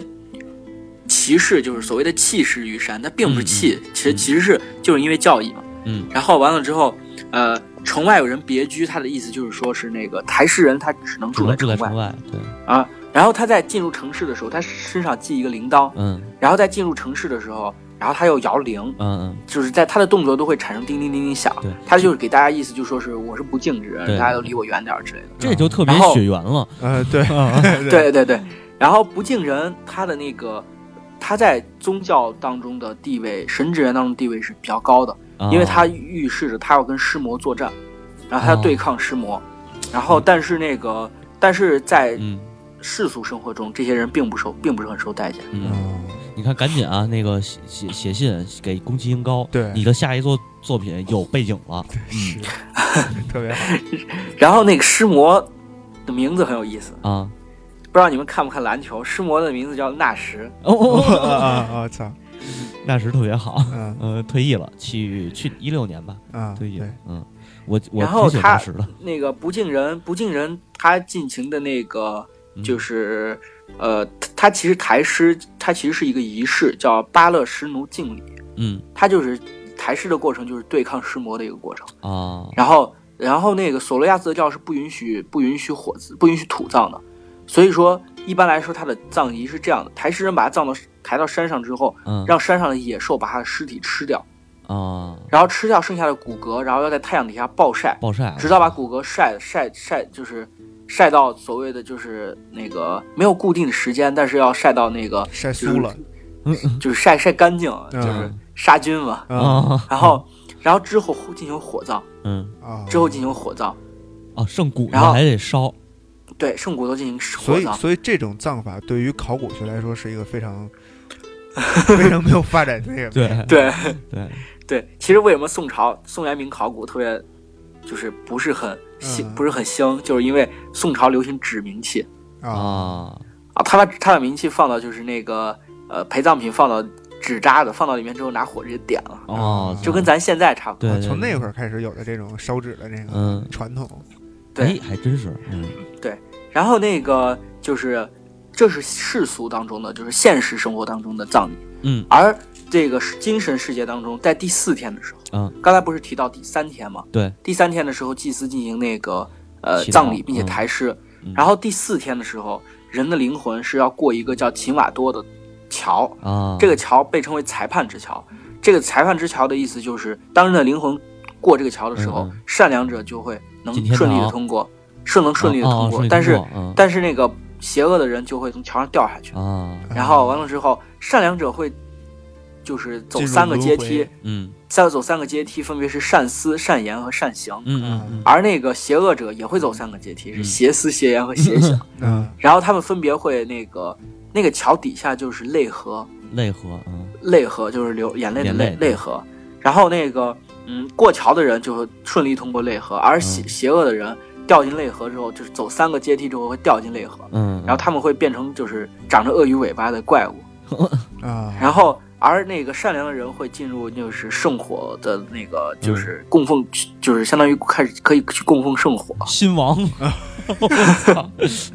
Speaker 3: 歧视，就是所谓的弃尸于山，它并不是弃，其实其实是就是因为教义嘛。
Speaker 2: 嗯
Speaker 3: 然后完了之后，呃，城外有人别居，它的意思就是说是那个抬尸人他只能
Speaker 2: 只
Speaker 3: 住在
Speaker 2: 能住
Speaker 3: 城
Speaker 2: 在
Speaker 3: 外
Speaker 2: 城外，对，
Speaker 3: 啊。然后他在进入城市的时候，他身上系一个铃铛，
Speaker 2: 嗯
Speaker 3: 然后在进入城市的时候，然后他又摇铃，
Speaker 2: 嗯
Speaker 3: 就是在他的动作都会产生叮叮叮叮响
Speaker 2: 嗯，对。
Speaker 3: 他就是给大家意思就是说是我是不敬之人，
Speaker 2: 对
Speaker 3: 大家都离我远点儿之类的。
Speaker 2: 这就特别
Speaker 3: 然后
Speaker 2: 血缘了，
Speaker 1: 呃，对，
Speaker 3: 对对对，然后不敬人，他的那个他在宗教当中的地位，神职人当中的地位是比较高的，
Speaker 2: 啊
Speaker 3: 因为他预示着他要跟尸魔作战，然后他要对抗尸魔，然后但是那个但是在
Speaker 2: 嗯
Speaker 3: 世俗生活中，这些人并不受并不是很受待见。
Speaker 2: 嗯，
Speaker 1: 嗯，
Speaker 2: 你看赶紧啊，那个写写写信给宫崎英高，
Speaker 1: 对
Speaker 2: 你的下一作作品有背景了，
Speaker 1: 是
Speaker 2: 嗯
Speaker 1: 特别好，
Speaker 3: 然后那个尸魔的名字很有意思，
Speaker 2: 啊
Speaker 3: 不知道你们看不看篮球？尸魔的名字叫纳什，
Speaker 2: 哦哦
Speaker 1: 啊
Speaker 2: 哦，
Speaker 1: 啊啊！操，
Speaker 2: 那时特别好，
Speaker 1: 嗯
Speaker 2: 呃，退役了，去去一六年吧，
Speaker 1: 啊，
Speaker 2: 退役
Speaker 1: 对
Speaker 2: 了，，嗯，我我
Speaker 3: 然后
Speaker 2: 挺喜欢
Speaker 3: 他
Speaker 2: 当时的，
Speaker 3: 那个不敬人，不敬人，他进行的那个
Speaker 2: 嗯
Speaker 3: 就是，呃，他他其实抬尸，它其实是一个仪式，叫巴勒什奴敬礼，
Speaker 2: 嗯
Speaker 3: 它就是抬尸的过程，就是对抗尸魔的一个过程。
Speaker 2: 啊
Speaker 3: 然后，然后那个索罗亚斯德教是不允许不允许火葬不允许土葬的，所以说一般来说他的葬仪是这样的：抬尸人把他葬到抬到山上之后，
Speaker 2: 嗯
Speaker 3: 让山上的野兽把他的尸体吃掉，
Speaker 2: 啊
Speaker 3: 然后吃掉剩下的骨骼，然后要在太阳底下暴晒，
Speaker 2: 暴晒了，
Speaker 3: 直到把骨骼晒晒晒，就是晒到所谓的就是那个没有固定的时间，但是要晒到那个
Speaker 1: 晒酥了
Speaker 3: 就是晒晒干净，
Speaker 1: 嗯
Speaker 3: 就是杀菌嘛。
Speaker 1: 啊
Speaker 2: 啊
Speaker 3: 然后，然后之后进行火葬，
Speaker 2: 嗯。
Speaker 1: 啊！
Speaker 3: 之后进行火葬，
Speaker 2: 哦，剩骨头
Speaker 3: 然后
Speaker 2: 还得烧，
Speaker 3: 对，剩骨头进行
Speaker 1: 所
Speaker 3: 火
Speaker 1: 以
Speaker 3: 葬。
Speaker 1: 所以这种葬法对于考古学来说是一个非常非常没有发展那个
Speaker 2: 对
Speaker 3: 对
Speaker 2: 对，
Speaker 3: 对，其实为什么宋朝宋元明考古特别就是不是很兴，
Speaker 1: 嗯
Speaker 3: 不是很兴，就是因为宋朝流行纸冥器
Speaker 1: 啊
Speaker 2: 啊
Speaker 3: 啊，他把他把冥器放到就是那个呃陪葬品放到纸扎的，放到里面之后拿火直接点了，
Speaker 2: 哦，
Speaker 3: 就跟咱现在差不多。
Speaker 2: 对
Speaker 1: 啊
Speaker 2: 对
Speaker 1: 从
Speaker 2: 对
Speaker 1: 那会儿开始有了这种烧纸的这个
Speaker 2: 嗯，
Speaker 1: 传统。
Speaker 3: 对
Speaker 2: 哎，还真是，嗯
Speaker 3: 然后那个就是，这是世俗当中的，就是现实生活当中的葬礼。
Speaker 2: 嗯，
Speaker 3: 而这个精神世界当中，在第四天的时候，
Speaker 2: 嗯，
Speaker 3: 刚才不是提到第三天吗？
Speaker 2: 对，
Speaker 3: 第三天的时候，祭司进行那个呃
Speaker 2: 祈祷
Speaker 3: 葬礼，并且
Speaker 2: 嗯
Speaker 3: 抬尸。
Speaker 2: 嗯
Speaker 3: 然后第四天的时候，人的灵魂是要过一个叫秦瓦多的桥，
Speaker 2: 啊，
Speaker 3: 这个桥被称为裁判之桥。这个裁判之桥的意思就是，当人的灵魂过这个桥的时候，
Speaker 2: 嗯嗯
Speaker 3: 善良者就会能
Speaker 2: 进天堂
Speaker 3: 顺利的通过，顺能顺利的
Speaker 2: 哦
Speaker 3: 通
Speaker 2: 哦
Speaker 3: 过，
Speaker 2: 顺利
Speaker 3: 但是
Speaker 2: 通过
Speaker 3: 但是那个邪恶的人就会从桥上掉下去，
Speaker 2: 嗯啊，
Speaker 3: 然后完了之后，善良者会就是走三个阶
Speaker 1: 进入
Speaker 3: 梯
Speaker 1: 轮，
Speaker 2: 嗯
Speaker 3: 再走三个阶梯，分别是善思、善言和善行。
Speaker 2: 嗯嗯嗯，
Speaker 3: 而那个邪恶者也会走三个阶梯，是
Speaker 2: 嗯
Speaker 3: 邪思、邪言和邪
Speaker 2: [LAUGHS]
Speaker 3: 想。
Speaker 1: 嗯，
Speaker 3: 然后他们分别会那个那个桥底下就是泪河，
Speaker 2: 泪河，嗯
Speaker 3: 泪河就是流眼泪的
Speaker 2: 眼
Speaker 3: 泪
Speaker 2: 泪对
Speaker 3: 泪河。然后那个嗯，过桥的人就会顺利通过泪河，而邪
Speaker 2: 嗯
Speaker 3: 邪恶的人掉进泪河之后，就是走三个阶梯之后会掉进泪河。
Speaker 2: 嗯，
Speaker 3: 然后他们会变成就是长着鳄鱼尾巴的怪物，
Speaker 2: 嗯
Speaker 1: 啊，
Speaker 3: 然后而那个善良的人会进入就是圣火的那
Speaker 2: 嗯
Speaker 3: 个就是供奉，就是相当于开始可以去供奉圣火，
Speaker 2: [LAUGHS] 新王，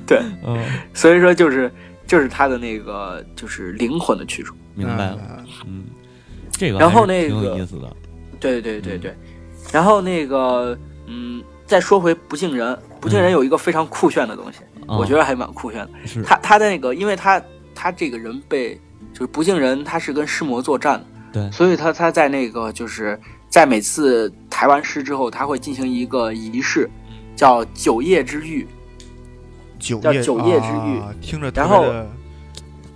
Speaker 3: 对，
Speaker 2: 嗯，
Speaker 3: 所以说就是就是他的那个就是灵魂的去处，
Speaker 2: 明白了，
Speaker 1: 了。
Speaker 2: 嗯，这个
Speaker 3: 然后
Speaker 2: 还是
Speaker 3: 那
Speaker 2: 挺有
Speaker 3: 个
Speaker 2: 意思的，
Speaker 3: 对对对对对，然后那个嗯，再说回不敬人，不敬人有一个非常酷炫的东西，我觉
Speaker 2: 得
Speaker 3: 得还蛮酷炫的，
Speaker 2: 啊是，
Speaker 3: 他他的那个因为他他这个人被就是不敬人，他是跟尸魔作战的。
Speaker 2: 对，
Speaker 3: 所以他他在那个就是在每次抬完尸之后，他会进行一个仪式，叫九夜之浴。
Speaker 1: 九
Speaker 3: 叫
Speaker 1: 夜
Speaker 3: 九夜之狱
Speaker 1: 啊听着特
Speaker 3: 然
Speaker 1: 别
Speaker 3: 后
Speaker 1: 的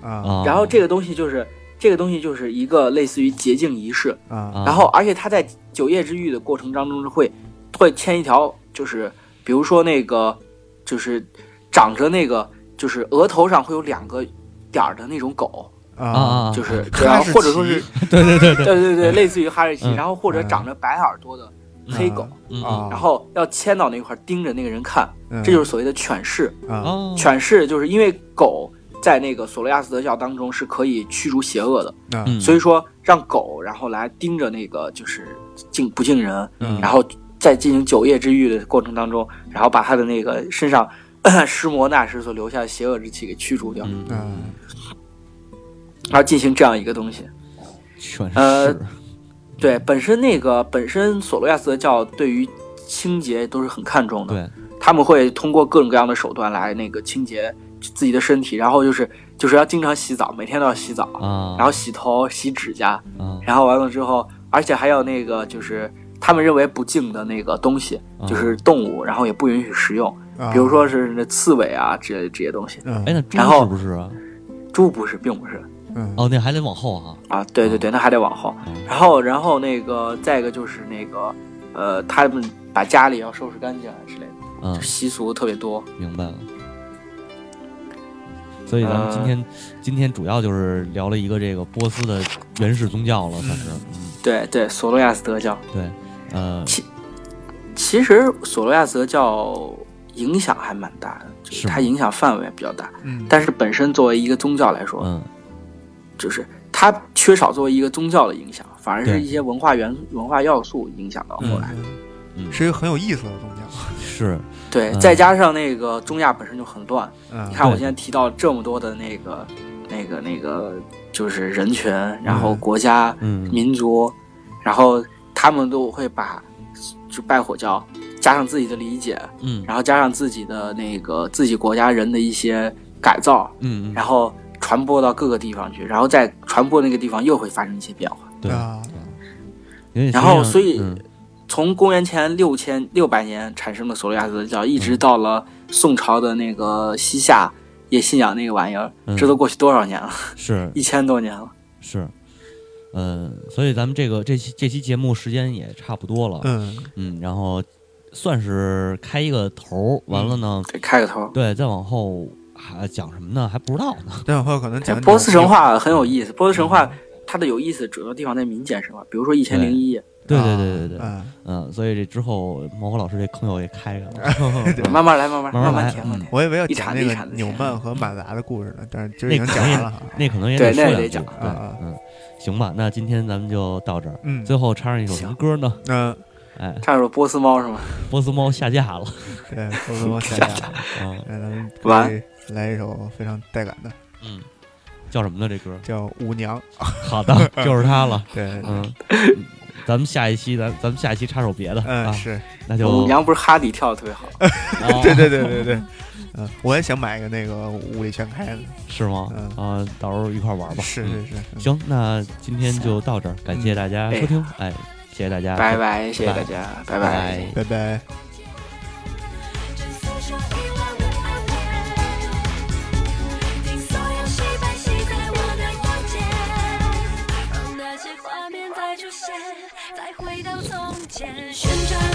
Speaker 1: 啊
Speaker 2: 啊，
Speaker 3: 然后这个东西就是这个东西就是一个类似于洁净仪式。
Speaker 1: 啊
Speaker 2: 啊，
Speaker 3: 然后而且他在九夜之浴的过程当中是会会牵一条，就是比如说那个就是长着那个就是额头上会有两个点儿的那种狗，
Speaker 2: 啊啊， [LAUGHS] 啊
Speaker 3: 就是
Speaker 1: 哈
Speaker 3: 然后
Speaker 1: 士
Speaker 3: 或者
Speaker 1: [LAUGHS]
Speaker 3: 说是
Speaker 1: 奇
Speaker 3: 对对对，类似于哈士奇，
Speaker 2: 嗯
Speaker 3: 然后或者长着白耳朵的黑狗。
Speaker 2: 嗯
Speaker 1: 啊，
Speaker 3: 然后要牵到那块儿盯着那个人看，
Speaker 1: 嗯
Speaker 3: 这就是所谓的犬式。
Speaker 1: 啊
Speaker 2: 哦，
Speaker 3: 犬式就是因为狗在那个索罗亚斯德教当中是可以驱逐邪恶的，
Speaker 1: 啊
Speaker 2: 嗯
Speaker 3: 所以说让狗然后来盯着那个就是敬不敬人，
Speaker 2: 嗯
Speaker 3: 然后在进行九夜之浴的过程当中，然后把他的那个身上 [CLEARS THROAT] 湿魔纳什所留下的邪恶之气给驱逐掉，
Speaker 2: 嗯嗯，
Speaker 1: 嗯
Speaker 3: 然后进行这样一个东西。
Speaker 2: 全
Speaker 3: 呃
Speaker 2: 是，
Speaker 3: 对，本身那个本身索罗亚斯德教对于清洁都是很看重的，
Speaker 2: 对，
Speaker 3: 他们会通过各种各样的手段来那个清洁自己的身体，然后就是就是要经常洗澡，每天都要洗澡，
Speaker 2: 啊，
Speaker 3: 然后洗头、洗指甲，
Speaker 2: 啊，
Speaker 3: 然后完了之后，而且还有那个就是他们认为不敬的那个东西，
Speaker 2: 啊
Speaker 3: 就是动物，然后也不允许食用，
Speaker 1: 啊
Speaker 3: 比如说是那刺猬啊之类这些东西。
Speaker 1: 嗯
Speaker 2: 哎，那猪
Speaker 3: 然后
Speaker 2: 是不是啊？
Speaker 3: 猪不是，并不是
Speaker 1: 嗯
Speaker 2: 哦，那还得往后啊，
Speaker 3: 啊，对对对，那还得往后。
Speaker 2: 嗯
Speaker 3: 然后然后那个再一个就是那个呃，他们把家里要收拾干净啊之类的，
Speaker 2: 嗯，
Speaker 3: 习俗特别多。
Speaker 2: 明白了。所以咱们
Speaker 3: 呃
Speaker 2: 今天、今天主要就是聊了一个这个波斯的原始宗教了，算是。嗯，
Speaker 3: 对对，索罗亚斯德教。
Speaker 2: 对，呃，
Speaker 3: 其实索罗亚斯德教影响还蛮大的，就是是
Speaker 2: 吗
Speaker 3: 它影响范围比较大。
Speaker 1: 嗯
Speaker 3: 但是本身作为一个宗教来说，
Speaker 2: 嗯，
Speaker 3: 就是它缺少作为一个宗教的影响，反而
Speaker 2: 对
Speaker 3: 是一些文化元文化要素影响到后来。
Speaker 1: 嗯是一个很有意思的啊宗教。
Speaker 2: 是，
Speaker 3: 对，
Speaker 2: 嗯
Speaker 3: 再加上那个中亚本身就很乱，你
Speaker 1: 嗯
Speaker 3: 看我
Speaker 2: 对
Speaker 3: 现在提到这么多的那个、那个、那个，就是人权，然后国家、
Speaker 2: 嗯，
Speaker 3: 民族，然后他们都会把就拜火教加上自己的理解，
Speaker 2: 嗯
Speaker 3: 然后加上自己的那个自己国家人的一些改造，
Speaker 2: 嗯嗯，
Speaker 3: 然后传播到各个地方去，然后再传播那个地方又会发生一些变化。
Speaker 2: 对。
Speaker 1: 啊，
Speaker 2: 因为实际
Speaker 3: 然后
Speaker 2: 上
Speaker 3: 所以
Speaker 2: 嗯
Speaker 3: 从公元前六千六百年产生的索罗亚斯德教，
Speaker 2: 嗯
Speaker 3: 一直到了宋朝的那个西夏也信仰那个玩意儿，
Speaker 2: 嗯
Speaker 3: 这都过去多少年了？
Speaker 2: 是
Speaker 3: 一千多年了。
Speaker 2: 是，呃，所以咱们这个这期这期节目时间也差不多了，
Speaker 1: 嗯
Speaker 2: 嗯，然后算是开一个头儿，完了呢，
Speaker 3: 得开个头。
Speaker 2: 对，再往后还讲什么呢？还不知道呢。
Speaker 1: 待会儿可能讲
Speaker 3: 哎波斯神话很有意思，波斯神话它的有意思主要地方在民间神话，比如说《一千零一夜
Speaker 2: 对对对对对，
Speaker 1: 嗯
Speaker 2: 嗯，所以这之后毛火老师这坑友也开开了，》，
Speaker 3: 慢慢来，慢慢
Speaker 2: 慢慢来
Speaker 3: 慢填，慢慢填。
Speaker 1: 我以为要
Speaker 3: 一
Speaker 1: 讲
Speaker 3: 铲子
Speaker 1: 那
Speaker 3: 一
Speaker 1: 个
Speaker 3: 铲子
Speaker 1: 纽曼和马达的故事呢，但是今儿已经
Speaker 2: 那
Speaker 1: 讲
Speaker 2: 可以
Speaker 1: 完了哈。
Speaker 2: [LAUGHS] 那可能也
Speaker 3: 对
Speaker 2: 说
Speaker 3: 那也
Speaker 2: 两
Speaker 3: 得
Speaker 2: 句，
Speaker 3: 讲
Speaker 2: 对，
Speaker 1: 啊啊
Speaker 2: 嗯，行吧，那今天咱们就到这儿。
Speaker 1: 嗯，
Speaker 2: 最后插上一首什么歌呢？
Speaker 1: 那
Speaker 2: 哎，
Speaker 3: 唱首波斯猫是吗？
Speaker 2: 波斯猫下架了。
Speaker 1: 对，波斯猫下
Speaker 3: [LAUGHS]
Speaker 1: 架，
Speaker 2: 嗯
Speaker 1: 来咱们
Speaker 3: 完
Speaker 1: 来来一首非常带感的，
Speaker 2: 嗯，叫什么呢？这歌？
Speaker 1: 叫《舞娘》。
Speaker 2: 好的，就是它了。
Speaker 1: 对，
Speaker 2: 嗯，咱们下一期，咱咱们下一期插首别的
Speaker 1: 嗯，
Speaker 2: 啊，
Speaker 1: 是，
Speaker 2: 那
Speaker 3: 舞
Speaker 2: 就
Speaker 3: 娘不是哈迪跳的特别好，
Speaker 2: 啊
Speaker 1: [LAUGHS] 对对对对对，嗯，我也想买个那个物理全开的。
Speaker 2: 是吗？啊，到时候一块儿玩吧。
Speaker 1: 是
Speaker 2: 嗯
Speaker 1: 是是，嗯
Speaker 2: 行，那今天就到这儿，感谢大家收听，哎，谢谢大家，
Speaker 3: 嗯拜拜，谢谢
Speaker 2: 拜
Speaker 3: 大家，
Speaker 2: 拜
Speaker 3: 拜拜
Speaker 1: 拜
Speaker 2: 拜。
Speaker 1: 拜。
Speaker 4: 真诉说遗忘的安慰，听所有谁白戏在我的过间，让那些画面再出现，再回到从前，旋转。